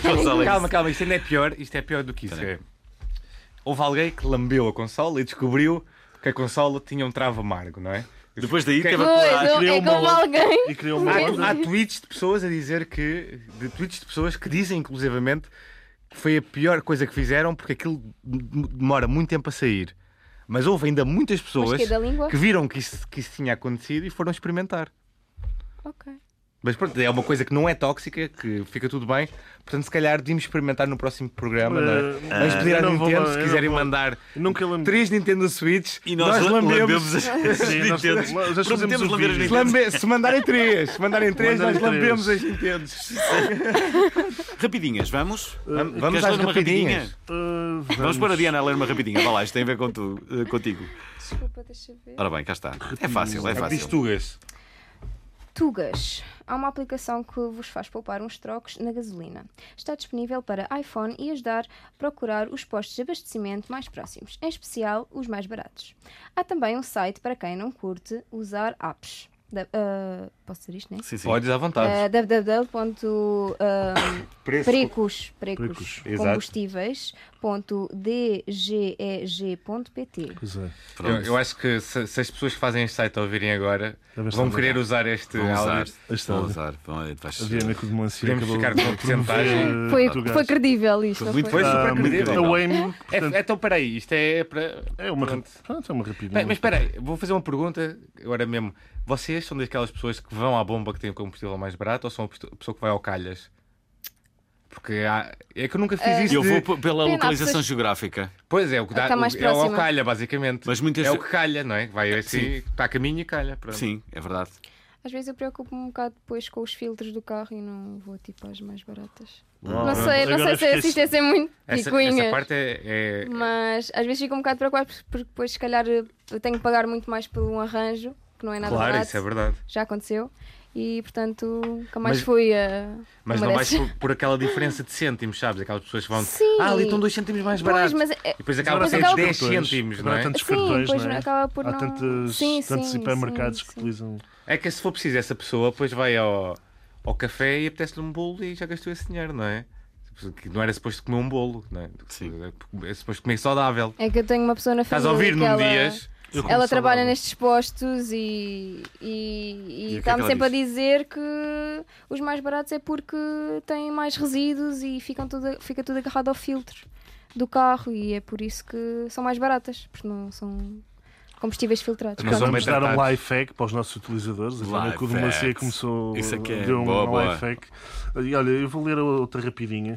Speaker 1: consola.
Speaker 6: Calma, calma, isto ainda é pior. Isto é pior do que isso.
Speaker 1: Peraí.
Speaker 2: É. Houve alguém que lambeu a consola e descobriu que a consola tinha um travo amargo, não é?
Speaker 1: Depois daí, teve a
Speaker 4: Pois,
Speaker 1: colar.
Speaker 4: eu-
Speaker 3: criou
Speaker 4: é
Speaker 3: uma
Speaker 4: como
Speaker 3: outra-
Speaker 4: alguém.
Speaker 3: E criou uma
Speaker 2: Há, há
Speaker 3: onda.
Speaker 2: tweets de pessoas a dizer que. De tweets de pessoas que dizem, inclusivamente, que foi a pior coisa que fizeram porque aquilo dem- demora muito tempo a sair. Mas houve ainda muitas
Speaker 4: Mas
Speaker 2: pessoas
Speaker 4: que é da língua?
Speaker 2: que viram que isso, que isso tinha acontecido e foram experimentar.
Speaker 4: Ok.
Speaker 2: Mas pronto, é uma coisa que não é tóxica, que fica tudo bem. Portanto, se calhar devíamos experimentar no próximo programa. não é?
Speaker 3: Eh,
Speaker 2: Vamos pedir à
Speaker 3: eu não vou
Speaker 2: Nintendo
Speaker 3: lá-
Speaker 2: se
Speaker 3: eu
Speaker 2: quiserem
Speaker 3: não vou-
Speaker 2: mandar
Speaker 3: Nunca lembro.
Speaker 2: três Nintendo Switch
Speaker 1: E nós, lambemos, as, as
Speaker 3: Sim, nós-
Speaker 1: Nintendos.
Speaker 3: nós fazemos
Speaker 1: Prometemos
Speaker 3: o
Speaker 1: lamber as
Speaker 3: vídeo.
Speaker 2: Se
Speaker 1: Nintendos.
Speaker 2: lambe- Se mandarem três, se mandarem três,
Speaker 3: Mandarem
Speaker 2: nós lambemos
Speaker 3: três.
Speaker 2: as Nintendos.
Speaker 1: Rapidinhas,
Speaker 6: Eh,
Speaker 1: vamos?
Speaker 2: Vamos,
Speaker 1: Queres
Speaker 2: vamos
Speaker 1: ler
Speaker 2: às
Speaker 1: uma
Speaker 2: rapidinhas.
Speaker 1: rapidinha?
Speaker 3: Eh, vamos.
Speaker 1: Vamos pôr a Diana a ler uma rapidinha. Vá lá, isto tem a ver com tu, eh, contigo.
Speaker 4: Desculpa, deixa eu ver.
Speaker 1: Ora bem, cá está. É fácil, é
Speaker 6: Hum,
Speaker 1: fácil.
Speaker 2: Tugas.
Speaker 4: Tugas. Há uma aplicação que vos faz poupar uns trocos na gasolina. Está disponível para iPhone e ajudar a procurar os postos de abastecimento mais próximos, em especial os mais baratos. Há também um site para quem não curte usar apps. Da, ah, posso dizer isto, não é? ah,
Speaker 1: Sim, sim.
Speaker 2: Podes à vontade.
Speaker 4: Uh, www.precos
Speaker 3: Precos,
Speaker 4: combustíveis.dgeg.pt
Speaker 3: Pois é.
Speaker 2: eu,
Speaker 1: Pronto.
Speaker 2: eu acho que se, se as pessoas que fazem este site ouvirem agora,
Speaker 3: Deve estar
Speaker 2: vão
Speaker 3: legal.
Speaker 2: querer usar É, este
Speaker 1: Vão usar.
Speaker 2: áudio.
Speaker 3: Está.
Speaker 6: é-
Speaker 1: Vão usar. Vão- eh, vais-
Speaker 3: A Diana que o melancia
Speaker 2: Podemos
Speaker 3: acabou
Speaker 2: ficar
Speaker 3: de
Speaker 2: com a
Speaker 3: promover,
Speaker 2: porcentagem.
Speaker 3: eh,
Speaker 4: Foi,
Speaker 3: Portugal.
Speaker 4: foi credível isto.
Speaker 1: Foi
Speaker 4: não
Speaker 1: muito
Speaker 4: foi?
Speaker 2: Foi super
Speaker 3: Ah, muito
Speaker 2: credível.
Speaker 3: A Wayne,
Speaker 2: É-
Speaker 3: portanto,
Speaker 2: então, peraí, isto é para.
Speaker 3: é uma
Speaker 2: Pronto.
Speaker 3: rap- pronto, é uma rapidinha.
Speaker 2: Bem, mas espera aí, vou fazer uma pergunta agora mesmo. Vocês são daquelas pessoas que vão à bomba que tem o combustível mais barato ou são a pesto- pessoa que vai ao calhas? Porque há- é que eu nunca fiz
Speaker 4: Eh,
Speaker 2: isso.
Speaker 1: Eu
Speaker 2: de-
Speaker 1: vou p- pela
Speaker 4: Pena, há
Speaker 1: localização
Speaker 4: pessoas-
Speaker 1: geográfica.
Speaker 2: Pois é, o que dá,
Speaker 4: Está
Speaker 2: o-
Speaker 4: Tá mais
Speaker 2: é o ao
Speaker 4: próxima.
Speaker 2: calha, basicamente.
Speaker 1: Mas muitas-
Speaker 2: É o que calha, não é? Vai assim, está a caminho e calha. Pronto.
Speaker 1: Sim, é verdade.
Speaker 4: Às vezes eu preocupo-me um bocado depois com os filtros do carro e não vou tipo às mais baratas.
Speaker 2: Oh,
Speaker 4: não sei, não
Speaker 3: Agora
Speaker 4: sei se
Speaker 3: esqueci.
Speaker 4: isto é ser muito
Speaker 2: Essa,
Speaker 4: picuinha.
Speaker 2: essa parte é. é-
Speaker 4: Mas às vezes fico um bocado preocupada porque depois se calhar eu tenho que pagar muito mais por um arranjo, que não é nada
Speaker 2: Claro,
Speaker 4: barato.
Speaker 2: isso é verdade.
Speaker 4: Já aconteceu. E portanto, nunca mais
Speaker 2: Mas-
Speaker 4: fui a.
Speaker 2: Mas
Speaker 4: uma
Speaker 2: não vais
Speaker 4: dessas.
Speaker 2: por, por aquela diferença de cêntimos, sabes? Aquelas pessoas que vão.
Speaker 4: Sim.
Speaker 2: Ah, ali estão 2 cêntimos mais
Speaker 4: Pois,
Speaker 2: barato.
Speaker 4: mas é-
Speaker 2: E depois acaba
Speaker 3: Agora
Speaker 2: por
Speaker 3: há
Speaker 2: ser
Speaker 4: tantos
Speaker 2: 10
Speaker 3: cartões,
Speaker 2: cêntimos, não
Speaker 3: agora há
Speaker 2: é?
Speaker 3: tantos
Speaker 4: Sim,
Speaker 3: cartões,
Speaker 4: pois
Speaker 3: não é?
Speaker 4: acaba por
Speaker 3: há
Speaker 4: não-
Speaker 3: tantos,
Speaker 4: Sim,
Speaker 3: tantos
Speaker 4: sim,
Speaker 3: hipermercados
Speaker 4: sim,
Speaker 3: que
Speaker 4: sim.
Speaker 3: utilizam.
Speaker 2: É que se for preciso, essa pessoa depois vai ao, ao café e apetece-lhe um bolo e já gastou esse dinheiro, não é? Que não era suposto comer um bolo, não é?
Speaker 1: Sim.
Speaker 2: É suposto comer saudável.
Speaker 4: É que eu tenho uma pessoa na
Speaker 2: Estás
Speaker 4: família.
Speaker 2: a ouvir
Speaker 4: que
Speaker 2: num
Speaker 4: ela...
Speaker 2: dias.
Speaker 3: Eu como
Speaker 4: Ela trabalha
Speaker 3: saudável.
Speaker 4: nestes postos e, e, e,
Speaker 1: E o que é que
Speaker 4: está-me
Speaker 1: ela
Speaker 4: sempre a dizer que os mais baratos é porque têm mais resíduos e ficam tudo, fica tudo agarrado ao filtro do carro e é por isso que são mais baratas, porque não são combustíveis filtrados.
Speaker 2: Não são
Speaker 3: Vamos
Speaker 2: bem
Speaker 3: dar um
Speaker 2: tratados.
Speaker 3: life hack para os nossos utilizadores. A Diana
Speaker 1: Life
Speaker 3: que o Demacia
Speaker 1: hacks.
Speaker 3: começou.
Speaker 1: Isso é que é.
Speaker 3: Deu um
Speaker 1: Boa, boa.
Speaker 3: life hack. E olha, eu vou ler outra rapidinha.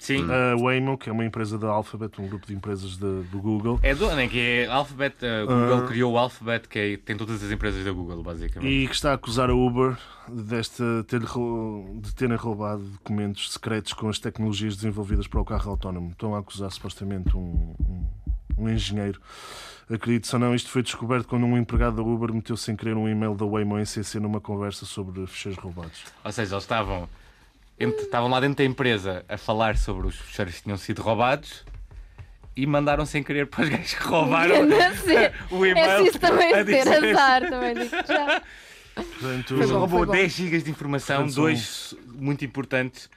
Speaker 2: Sim.
Speaker 3: A Waymo, que é uma empresa da Alphabet, um grupo de empresas de- do Google,
Speaker 2: É dona, que é Alphabet. A Google
Speaker 3: Ah.
Speaker 2: criou o Alphabet, que é- tem todas as empresas da Google, basicamente.
Speaker 3: e que está a acusar a Uber desta ter, rou- de terem roubado documentos secretos com as tecnologias desenvolvidas para o carro autónomo. Estão a acusar supostamente um, um- um engenheiro. Acredito ou não, isto foi descoberto quando um empregado da Uber meteu sem querer um e-mail da Waymo em CC numa conversa sobre fecheiros roubados.
Speaker 2: Ou seja, eles estavam, ent- estavam lá dentro da empresa a falar sobre os fecheiros que tinham sido roubados e mandaram sem querer para os gajos que roubaram o
Speaker 4: É
Speaker 2: e-mail.
Speaker 4: preciso também
Speaker 2: a
Speaker 4: ter
Speaker 2: dizer-
Speaker 4: azar, também digo já.
Speaker 3: Portanto,
Speaker 2: Mas roubou
Speaker 4: foi bom.
Speaker 2: 10 gigas de informação,
Speaker 3: Portanto,
Speaker 2: dois muito importantes.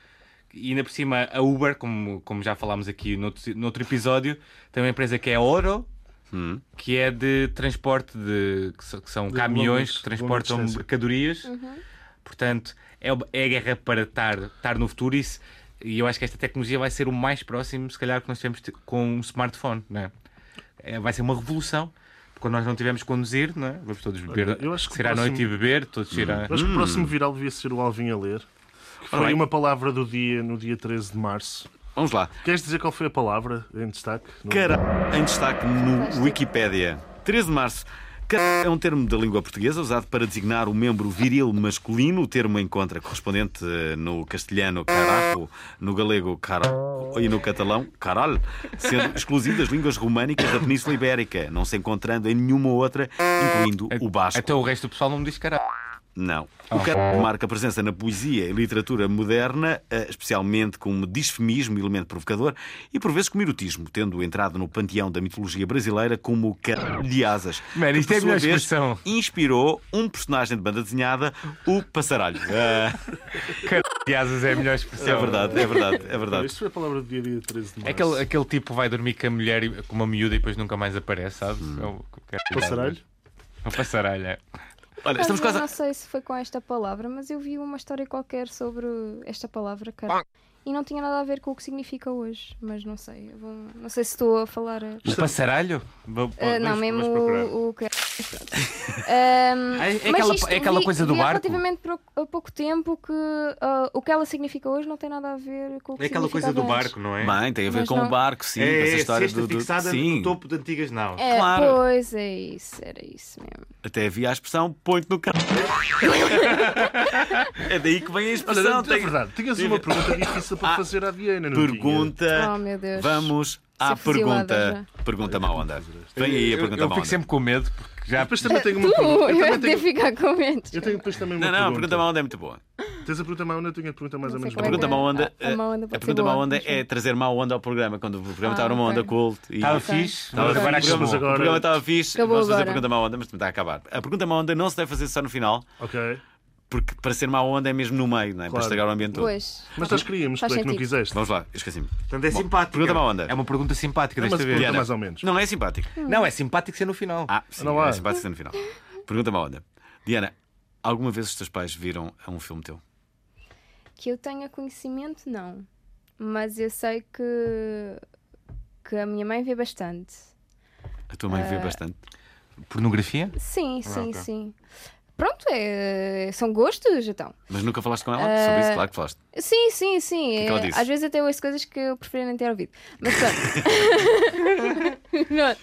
Speaker 2: E ainda por cima, a Uber, como, como já falámos aqui noutro, noutro episódio, tem uma empresa que é a Oro,
Speaker 1: Hum.
Speaker 2: que é de transporte de. que, so- que são
Speaker 3: De
Speaker 2: caminhões
Speaker 3: longas-
Speaker 2: que transportam
Speaker 3: longa distância.
Speaker 2: mercadorias.
Speaker 4: Uhum.
Speaker 2: Portanto, é, o- é a guerra para estar, estar no futuro. E, se- e eu acho que esta tecnologia vai ser o mais próximo, se calhar, que nós temos te- com um smartphone. Não é? É, vai ser uma revolução. Quando nós não tivermos que conduzir, não é? vamos todos beber,
Speaker 3: eu acho que o
Speaker 2: sair à noite e
Speaker 3: próximo-
Speaker 2: beber, todos sair à-
Speaker 3: Eu Acho que o próximo viral devia ser o Alvin a ler. Que
Speaker 1: Hum. Ora
Speaker 3: foi
Speaker 1: bem.
Speaker 3: uma palavra do dia, no dia 13 de março.
Speaker 1: Vamos lá.
Speaker 3: Queres dizer qual foi a palavra em destaque? Não- é?
Speaker 1: Cara em destaque no Wikipédia. 13 de março. Cara é um termo da língua portuguesa usado para designar o membro viril masculino. O termo encontra correspondente eh, no castelhano caraco, no galego cara e no catalão caral, sendo exclusivo das línguas românicas da Península Ibérica, não se encontrando em nenhuma outra, incluindo o basco.
Speaker 2: Até É- Então o resto do pessoal não me diz caralho.
Speaker 1: Não. O cara marca presença na poesia e literatura moderna, eh, especialmente com um disfemismo, elemento provocador, e por vezes com erotismo, tendo entrado no panteão da mitologia brasileira como o caralho de asas.
Speaker 2: Mano,
Speaker 1: que,
Speaker 2: isto é a
Speaker 1: por sua
Speaker 2: melhor
Speaker 1: vez,
Speaker 2: expressão.
Speaker 1: Inspirou um personagem de banda desenhada, o Passaralho. Ah,
Speaker 2: Caralho de asas é a melhor
Speaker 1: é
Speaker 2: expressão.
Speaker 1: verdade, é verdade, é
Speaker 3: Não,
Speaker 1: verdade.
Speaker 3: Isso foi a palavra do dia, dia 13 de março.
Speaker 2: É aquele, aquele tipo que vai dormir com a mulher, e- com uma miúda e depois nunca mais aparece, sabes? É o caralho de asas.
Speaker 3: Passaralho?
Speaker 2: Um passaralho, é.
Speaker 1: Olha,
Speaker 4: Mas
Speaker 1: estamos
Speaker 4: eu
Speaker 1: quase. a-
Speaker 4: não sei se foi com esta palavra, mas eu vi uma história qualquer sobre esta palavra, cara. E não tinha nada a ver com o que significa hoje, mas não sei. eu vou- Não sei se estou a falar. a-
Speaker 2: O passaralho?
Speaker 4: Ah, não, mesmo o, o que é, Ahm,
Speaker 2: É- é
Speaker 4: mas
Speaker 2: aquela-
Speaker 4: isto
Speaker 2: é aquela
Speaker 4: vi-
Speaker 2: coisa do
Speaker 4: vi há
Speaker 2: barco?
Speaker 4: relativamente pro- há pouco tempo que ah, o que ela significa hoje não tem nada a ver com o que
Speaker 6: É aquela coisa do
Speaker 4: significava antes.
Speaker 6: barco, não é?
Speaker 1: Bem, tem a ver
Speaker 4: Mas
Speaker 1: com
Speaker 4: não-
Speaker 1: o barco, sim, com essa
Speaker 6: é,
Speaker 1: história
Speaker 6: cesta
Speaker 1: do, do-
Speaker 6: fixada
Speaker 1: Sim,
Speaker 6: no topo de antigas naus.
Speaker 4: É,
Speaker 1: Claro.
Speaker 4: Pois é isso, era isso mesmo.
Speaker 1: até havia a expressão põe-te no carro. é daí que vem a
Speaker 3: Olha,
Speaker 1: expressão.
Speaker 3: não,
Speaker 1: tem-
Speaker 3: é verdade. Tinhas uma pergunta difícil para
Speaker 1: Ah,
Speaker 3: fazer à Diana, não
Speaker 1: Pergunta.
Speaker 3: Ah,
Speaker 4: Oh, meu Deus.
Speaker 1: Vamos à
Speaker 4: fuzilada
Speaker 1: pergunta. Pergunta má onda. Vem aí a
Speaker 2: Eu,
Speaker 1: pergunta
Speaker 2: eu
Speaker 1: má
Speaker 2: fico
Speaker 1: onda.
Speaker 2: sempre com medo porque
Speaker 3: Tinha?
Speaker 2: já.
Speaker 3: Depois também tenho uma
Speaker 4: Tu, é
Speaker 3: pergunta. Eu
Speaker 4: eu
Speaker 3: também
Speaker 4: há de
Speaker 3: tenho,
Speaker 4: ficar com medo.
Speaker 3: eu tenho depois também uma
Speaker 1: Não, não, a
Speaker 3: pergunta.
Speaker 1: pergunta má onda é muito boa.
Speaker 3: Tens a pergunta má onda, eu tenho a pergunta mais ou
Speaker 4: Não sei
Speaker 1: A
Speaker 3: menos
Speaker 4: como é que
Speaker 1: pergunta
Speaker 4: é.
Speaker 1: má onda,
Speaker 4: A- a má onda
Speaker 1: a
Speaker 4: pode
Speaker 1: pergunta
Speaker 4: ser
Speaker 1: má
Speaker 4: boa,
Speaker 1: onda
Speaker 4: mas
Speaker 1: é
Speaker 4: sim.
Speaker 1: trazer má onda ao programa. Quando o programa
Speaker 4: Ah,
Speaker 1: estava numa
Speaker 4: ok.
Speaker 1: onda cult. E...
Speaker 2: Estava
Speaker 4: Ok.
Speaker 2: fixe,
Speaker 1: Estava
Speaker 2: mas agora
Speaker 1: fixe.
Speaker 2: acabou.
Speaker 3: Mas agora-
Speaker 1: O programa estava fixe.
Speaker 4: Acabou
Speaker 1: Vamos fazer a
Speaker 4: agora.
Speaker 1: pergunta má onda, mas também está a acabar. A pergunta má onda não se deve fazer só no final,
Speaker 4: é.
Speaker 3: Ok.
Speaker 1: porque para ser má onda é mesmo no meio, não é? para
Speaker 3: Claro.
Speaker 1: estragar o ambiente todo.
Speaker 4: Pois.
Speaker 3: Mas nós queríamos, tu é
Speaker 4: Faz
Speaker 3: que não
Speaker 4: sentido.
Speaker 3: quiseste.
Speaker 1: Vamos lá, eu esqueci-me.
Speaker 6: Portanto, é simpático.
Speaker 1: Pergunta má onda.
Speaker 2: É uma pergunta simpática
Speaker 3: É uma
Speaker 2: desta vez.
Speaker 3: pergunta mais ou menos.
Speaker 1: Não é simpático.
Speaker 2: Não, é simpático ser no final.
Speaker 1: Ah, sim,
Speaker 3: Não há.
Speaker 1: é simpático ser no final. Pergunta má onda. Diana, alguma vez os teus pais viram um filme teu?
Speaker 4: Que eu tenha conhecimento, não. Mas eu sei que, que a minha mãe vê bastante.
Speaker 1: A tua mãe vê
Speaker 4: Ah,
Speaker 1: bastante.
Speaker 2: Pornografia?
Speaker 1: Ah,
Speaker 4: Sim, sim,
Speaker 6: ok.
Speaker 4: sim. Pronto, é, são gostos, então.
Speaker 1: Mas nunca falaste com ela sobre
Speaker 4: Ah,
Speaker 1: isso? Claro que falaste.
Speaker 4: Sim, sim, sim. é,
Speaker 1: que que ela disse?
Speaker 4: Às vezes até ouço coisas que eu preferia nem ter ouvido. Mas pronto. Pronto.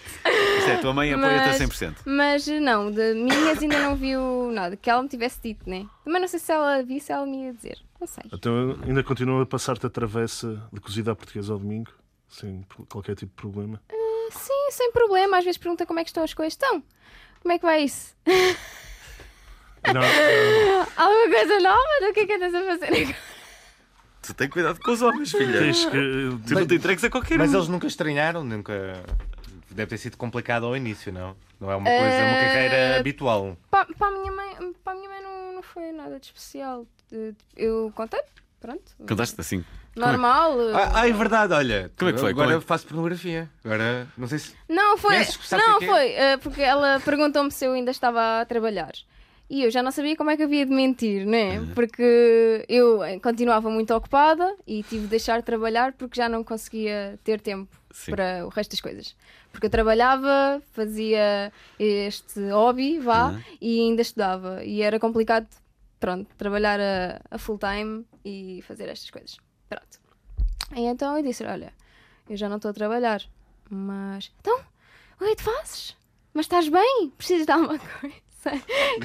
Speaker 1: Isto é, a tua mãe apoia-te a
Speaker 4: Mas-
Speaker 1: 100%.
Speaker 4: Mas não, de minhas ainda não viu nada. Que ela me tivesse dito, né? Também não sei se ela visse, ela me ia dizer. Não sei.
Speaker 3: Então ainda continua a passar-te a travessa de cozida à portuguesa ao domingo, sem qualquer tipo de problema.
Speaker 4: Sim, sem problema. Às vezes pergunta como é que estão as coisas. Estão? Como é que vai isso?
Speaker 3: Não, eh,
Speaker 4: Alguma coisa nova? Do que é que andas a fazer?
Speaker 1: Tu tens cuidado com os homens, filha.
Speaker 3: tens que. eh, tipo,
Speaker 1: Tu não te entregues a qualquer um.
Speaker 2: Mas eles nunca estranharam, nunca. Deve ter sido complicado ao início, não? Não é uma coisa, uma
Speaker 4: Eh,
Speaker 2: carreira habitual.
Speaker 4: Para, para a minha mãe, para a minha mãe não, não foi nada de especial. De- Eu contei, pronto.
Speaker 1: Contaste assim.
Speaker 4: Normal.
Speaker 2: Ah, ah, é verdade, olha.
Speaker 1: Como é que foi?
Speaker 2: Agora
Speaker 1: Como é que-
Speaker 2: faço pornografia. Agora, não sei se.
Speaker 4: Não, foi.
Speaker 2: Meses, sabe
Speaker 4: Não,
Speaker 2: porquê?
Speaker 4: foi. eh, porque ela perguntou-me se eu ainda estava a trabalhar. E eu já não sabia como é que havia de mentir, né? Porque eu eh, continuava muito ocupada e tive de deixar de trabalhar porque já não conseguia ter tempo
Speaker 1: Sim.
Speaker 4: para o resto das coisas. Porque eu trabalhava, fazia este hobby, vá, e ainda estudava. E era complicado, pronto, trabalhar a, a full time e fazer estas coisas. Pronto. E então eu disse: Olha, eu já não estou a trabalhar, mas. Então, o que é que tu fazes? Mas estás bem? Precisas de alguma coisa?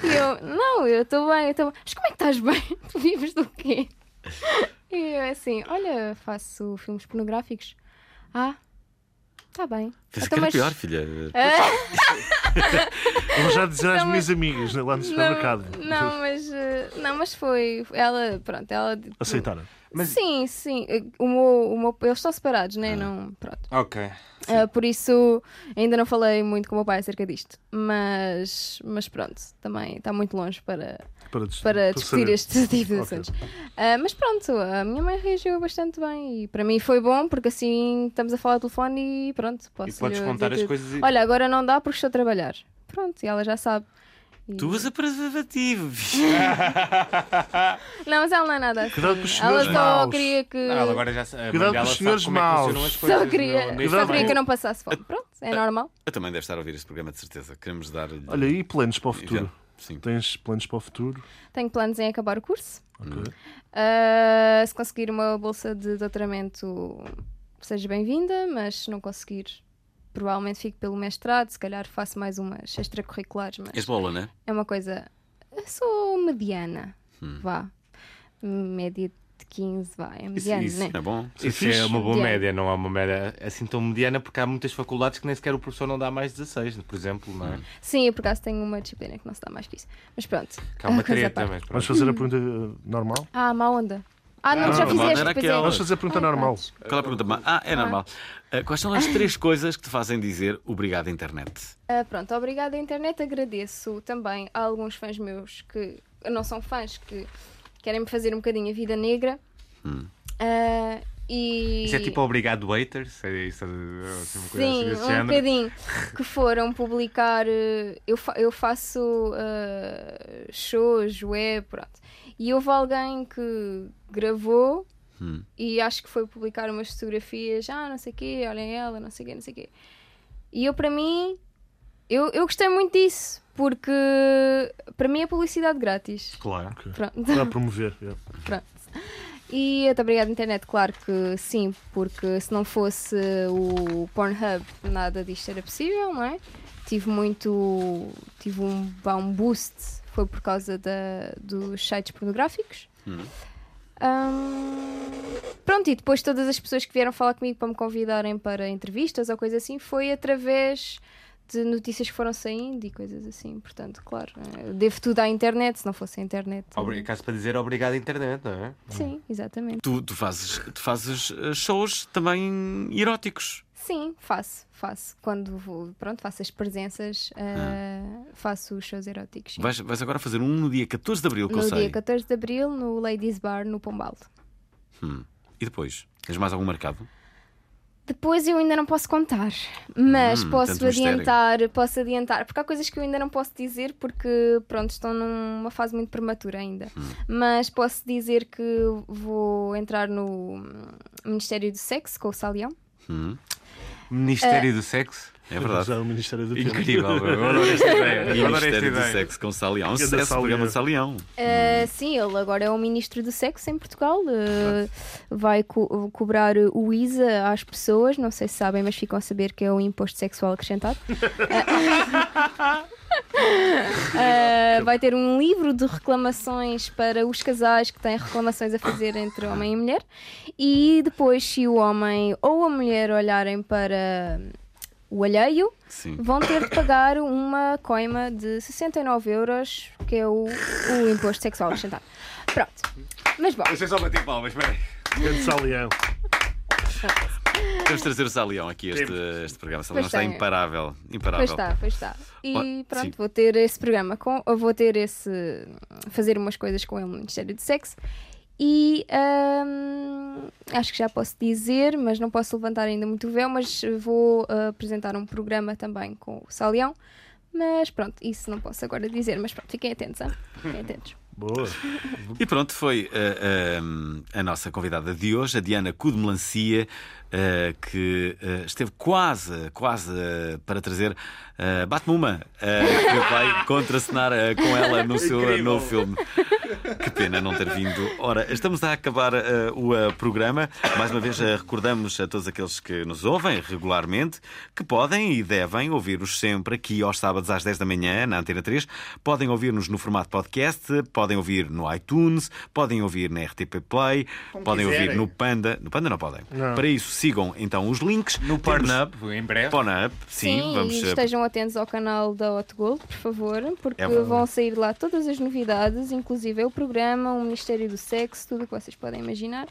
Speaker 4: E eu: Não, eu estou bem, eu estou bem. Mas como é que estás bem? Tu vives do quê? E eu assim: Olha, faço filmes pornográficos. Ah, está bem.
Speaker 1: Tens
Speaker 4: Então,
Speaker 1: que era
Speaker 4: mas-
Speaker 1: pior, filha.
Speaker 3: Vou já dizer às
Speaker 4: Não,
Speaker 3: minhas amigas né, lá no supermercado.
Speaker 4: Não, não, mas, eh, não, mas foi. Ela, pronto, ela.
Speaker 3: Aceitaram.
Speaker 4: Sim, sim. eh, O meu, o meu, eles estão separados, né? Não, pronto.
Speaker 6: Ok.
Speaker 4: Ah, por isso, ainda não falei muito com o meu pai acerca disto. Mas, mas pronto, também está muito longe para,
Speaker 3: Para, dis-
Speaker 4: para discutir
Speaker 3: saber.
Speaker 4: este tipo
Speaker 3: Ok.
Speaker 4: de assuntos. Ah, mas pronto, a minha mãe reagiu bastante bem e para mim foi bom porque assim estamos a falar ao telefone e pronto, posso
Speaker 6: E podes
Speaker 4: lhe
Speaker 6: contar as
Speaker 4: dizer tudo.
Speaker 6: coisas e.
Speaker 4: Olha, agora não dá porque estou a trabalhar. Pronto, e ela já sabe. E-
Speaker 1: Tu usas preservativo, filha.
Speaker 4: Não, mas ela não é nada assim.
Speaker 3: Cuidado com os
Speaker 4: Ela
Speaker 3: senhores
Speaker 4: só
Speaker 3: maus.
Speaker 4: queria que.
Speaker 6: Ah, ela agora já sabe. a mãe
Speaker 3: Cuidado
Speaker 6: dela
Speaker 3: com os
Speaker 6: sabe
Speaker 3: senhores
Speaker 6: como é que
Speaker 3: maus.
Speaker 6: funcionam as coisas
Speaker 4: Eh, Só queria,
Speaker 6: no-
Speaker 3: neste
Speaker 4: só queria
Speaker 3: trabalho.
Speaker 4: que eu não passasse fome. Pronto, é normal.
Speaker 1: Eu também deve estar a ouvir este programa, de certeza. Queremos dar-lhe.
Speaker 3: Olha, e planos para o futuro?
Speaker 1: Sim.
Speaker 3: Tens planos para o futuro?
Speaker 4: Tenho planos em acabar o curso.
Speaker 3: Ok.
Speaker 4: Uh, se conseguir uma bolsa de doutoramento, seja bem-vinda, mas se não conseguir, provavelmente fico pelo mestrado. Se calhar faço mais umas extracurriculares, mas
Speaker 1: És bola, né?
Speaker 4: é uma coisa. Eu sou mediana, vá. Média de 15, vá. É
Speaker 1: Hum. Isso,
Speaker 4: mediana,
Speaker 1: isso.
Speaker 4: né?
Speaker 1: É bom.
Speaker 2: Isso
Speaker 3: fixe.
Speaker 2: é uma boa
Speaker 4: Mediana.
Speaker 2: média, não há uma média assim tão mediana, porque há muitas faculdades que nem sequer o professor não dá mais 16, por exemplo, não
Speaker 4: Ah,
Speaker 2: é?
Speaker 4: Sim, eu por acaso tenho uma disciplina que não se dá mais que isso. Mas pronto.
Speaker 2: Que há uma
Speaker 4: Coisa à
Speaker 2: treta,
Speaker 4: parte.
Speaker 2: mas pronto.
Speaker 3: Vamos fazer a
Speaker 4: Hum.
Speaker 3: pergunta eh, normal?
Speaker 4: Ah, má onda. Ah, não,
Speaker 1: Ah,
Speaker 4: já
Speaker 1: má
Speaker 4: fizeste.
Speaker 1: onda era
Speaker 4: pois é.
Speaker 1: aquela.
Speaker 3: Vamos fazer a pergunta
Speaker 4: Ai,
Speaker 3: normal.
Speaker 4: pronto.
Speaker 1: Qual é a pergunta? Ah, é normal. Ah, Quais são as três coisas que te fazem dizer obrigado, internet?
Speaker 4: Ah, pronto, obrigada internet. Agradeço também a alguns fãs meus que não são fãs, que querem me fazer um bocadinho a vida negra. Ah, e...
Speaker 2: Hum. Isso é tipo obrigado, waiters? É isso, é assim, uma coisa assim
Speaker 4: Sim,
Speaker 2: desse
Speaker 4: um
Speaker 2: género.
Speaker 4: bocadinho. Que foram publicar. eh, Eu, fa- eu faço eh, shows, web, pronto. E houve alguém que gravou
Speaker 2: Hum.
Speaker 4: e acho que foi publicar umas fotografias. Ah, não sei o quê, olhem ela, não sei o quê, não sei o quê. E eu, para mim, eu, eu gostei muito disso, porque para mim é publicidade grátis.
Speaker 2: Claro.
Speaker 4: Pronto.
Speaker 3: Para promover. é. yeah.
Speaker 4: Pronto. E muito obrigada, internet, claro que sim, porque se não fosse o Pornhub, nada disto era possível, não é? Tive muito. tive um, pá, um boost, foi por causa da, dos sites pornográficos. Ahm, pronto, e depois todas as pessoas que vieram falar comigo para me convidarem para entrevistas ou coisa assim foi através de notícias que foram saindo e coisas assim. Portanto, claro, eh, devo tudo à internet, se não fosse a internet.
Speaker 2: Obri- Caso para dizer obrigado, internet, não é?
Speaker 4: Sim, exatamente.
Speaker 1: Tu, tu fazes, tu fazes ah, shows também eróticos.
Speaker 4: Sim, faço, faço. Quando vou, pronto, faço as presenças, eh, faço os shows eróticos. sim.
Speaker 1: Vais, vais agora fazer um no dia 14 de abril, que
Speaker 4: No
Speaker 1: eu
Speaker 4: dia
Speaker 1: sei.
Speaker 4: 14 de Abril, no Ladies Bar, no Pombal.
Speaker 1: E depois? Tens mais algum marcado?
Speaker 4: Depois eu ainda não posso contar, mas
Speaker 1: Hum, tanto
Speaker 4: posso
Speaker 1: mistério.
Speaker 4: adiantar, posso adiantar, porque há coisas que eu ainda não posso dizer porque pronto, estão numa fase muito prematura ainda.
Speaker 1: Hum.
Speaker 4: Mas posso dizer que vou entrar no hum, Ministério do Sexo com o Salião.
Speaker 1: Hum,
Speaker 2: Ministério do Sexo?
Speaker 1: é verdade.
Speaker 3: Já o Ministério do Tempo.
Speaker 2: Eh, Incrível, eu adoro esta
Speaker 1: E
Speaker 2: ideia. Eu adoro esta
Speaker 1: Ministério do
Speaker 2: ideia.
Speaker 1: Sexo com Salião. Um
Speaker 3: Ganda
Speaker 1: sucesso
Speaker 3: Salião.
Speaker 1: programa de Salião.
Speaker 4: Uh, sim, ele agora é o ministro do sexo em Portugal. Uh, vai co- cobrar o ISA às pessoas. Não sei se sabem, mas ficam a saber que é o imposto sexual acrescentado. Uh, vai ter um livro de reclamações para os casais que têm reclamações a fazer entre homem e mulher. E depois, se o homem ou a mulher olharem para o alheio,
Speaker 1: Sim.
Speaker 4: vão ter de pagar uma coima de 69 euros, que é o, o imposto sexual acrescentado. Pronto. Mas bom,
Speaker 2: Deixa eu só bater palmas, espera
Speaker 3: Grande Salião.
Speaker 1: Temos de trazer o Salião aqui, este, este programa. Salião
Speaker 4: Pois
Speaker 1: está
Speaker 4: tem.
Speaker 1: imparável.
Speaker 4: pois
Speaker 1: Imparável.
Speaker 4: está, pois está. E
Speaker 1: Ó,
Speaker 4: pronto,
Speaker 1: sim.
Speaker 4: vou ter esse programa com. Ou vou ter esse. fazer umas coisas com ele no Ministério do Sexo. E hum, acho que já posso dizer, mas não posso levantar ainda muito o véu, mas vou ah, apresentar um programa também com o Salião. Mas pronto, isso não posso agora dizer, mas pronto, fiquem atentos, hã? fiquem atentos.
Speaker 3: Boa.
Speaker 1: E pronto, foi ah, ah, a nossa convidada de hoje, a Diana Cudemelancia, ah, que ah, esteve quase, quase ah, para trazer ah, Batmuma, ah, que vai contracenar ah, com ela no seu ah, novo filme. Que pena não ter vindo. Ora, estamos a acabar eh, o eh, programa. Mais uma vez, eh, recordamos a todos aqueles que nos ouvem regularmente que podem e devem ouvir-nos sempre aqui aos sábados às 10 da manhã na Antena 3. Podem ouvir-nos no formato podcast, eh, podem ouvir no iTunes, podem ouvir na RTP Play, podem ouvir no Panda. No Panda não podem. Para isso, sigam então os links.
Speaker 2: No Pornhub, em breve.
Speaker 1: Pornhub, sim, vamos.
Speaker 4: e
Speaker 1: eh,
Speaker 4: estejam atentos ao canal da Hot Gold, por favor, porque
Speaker 1: É verdade.
Speaker 4: vão sair lá todas as novidades, inclusive é o programa, o Ministério do Sexo, tudo o que vocês podem imaginar.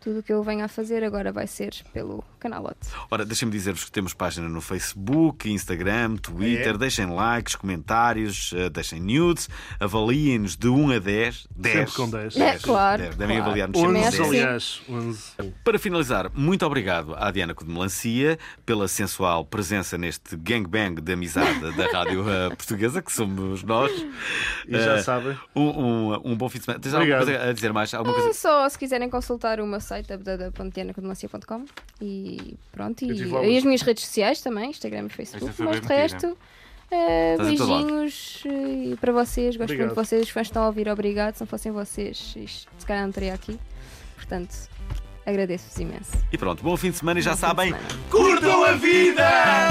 Speaker 4: Tudo o que eu venho a fazer agora vai ser pelo canal Hot.
Speaker 1: Ora, deixem-me dizer-vos que temos página no Facebook, Instagram,
Speaker 3: É.
Speaker 1: Twitter. Deixem likes, comentários, eh, deixem nudes, avaliem-nos de 1 a 10. 10.
Speaker 3: Sempre com 10.
Speaker 4: É, claro,
Speaker 1: devem
Speaker 4: claro.
Speaker 1: avaliar-nos sempre
Speaker 4: Também
Speaker 3: 11,
Speaker 4: é
Speaker 1: com 10.
Speaker 4: assim.
Speaker 3: aliás. 11.
Speaker 1: Para finalizar, muito obrigado à Diana Codemelancia pela sensual presença neste gangbang de amizade da Rádio eh, Portuguesa, que somos nós.
Speaker 3: E já
Speaker 1: Eh,
Speaker 3: sabem.
Speaker 1: Um, um- um bom fim de semana. Tens alguma
Speaker 3: Obrigado.
Speaker 1: coisa a dizer mais? Alguma coisa?
Speaker 4: Então, Só se quiserem consultar o meu site www.dianacodemancia.com e pronto,
Speaker 3: Eu tive
Speaker 4: e,
Speaker 3: lá
Speaker 4: e
Speaker 3: hoje.
Speaker 4: as minhas redes sociais também, Instagram e
Speaker 2: Esta
Speaker 4: Facebook,
Speaker 2: foi
Speaker 4: mas
Speaker 2: bem
Speaker 4: de
Speaker 2: metida.
Speaker 4: resto Eh,
Speaker 1: Estás em todo lado.
Speaker 4: beijinhos eh, e para vocês, gosto
Speaker 3: Obrigado.
Speaker 4: muito de vocês, os fãs estão a ouvir, obrigado. Se não fossem vocês, isto se calhar não estaria aqui. Portanto, agradeço-vos imenso.
Speaker 1: E pronto, bom fim de semana e já
Speaker 4: Bom fim de
Speaker 1: sabem,
Speaker 4: semana.
Speaker 1: curtam a vida!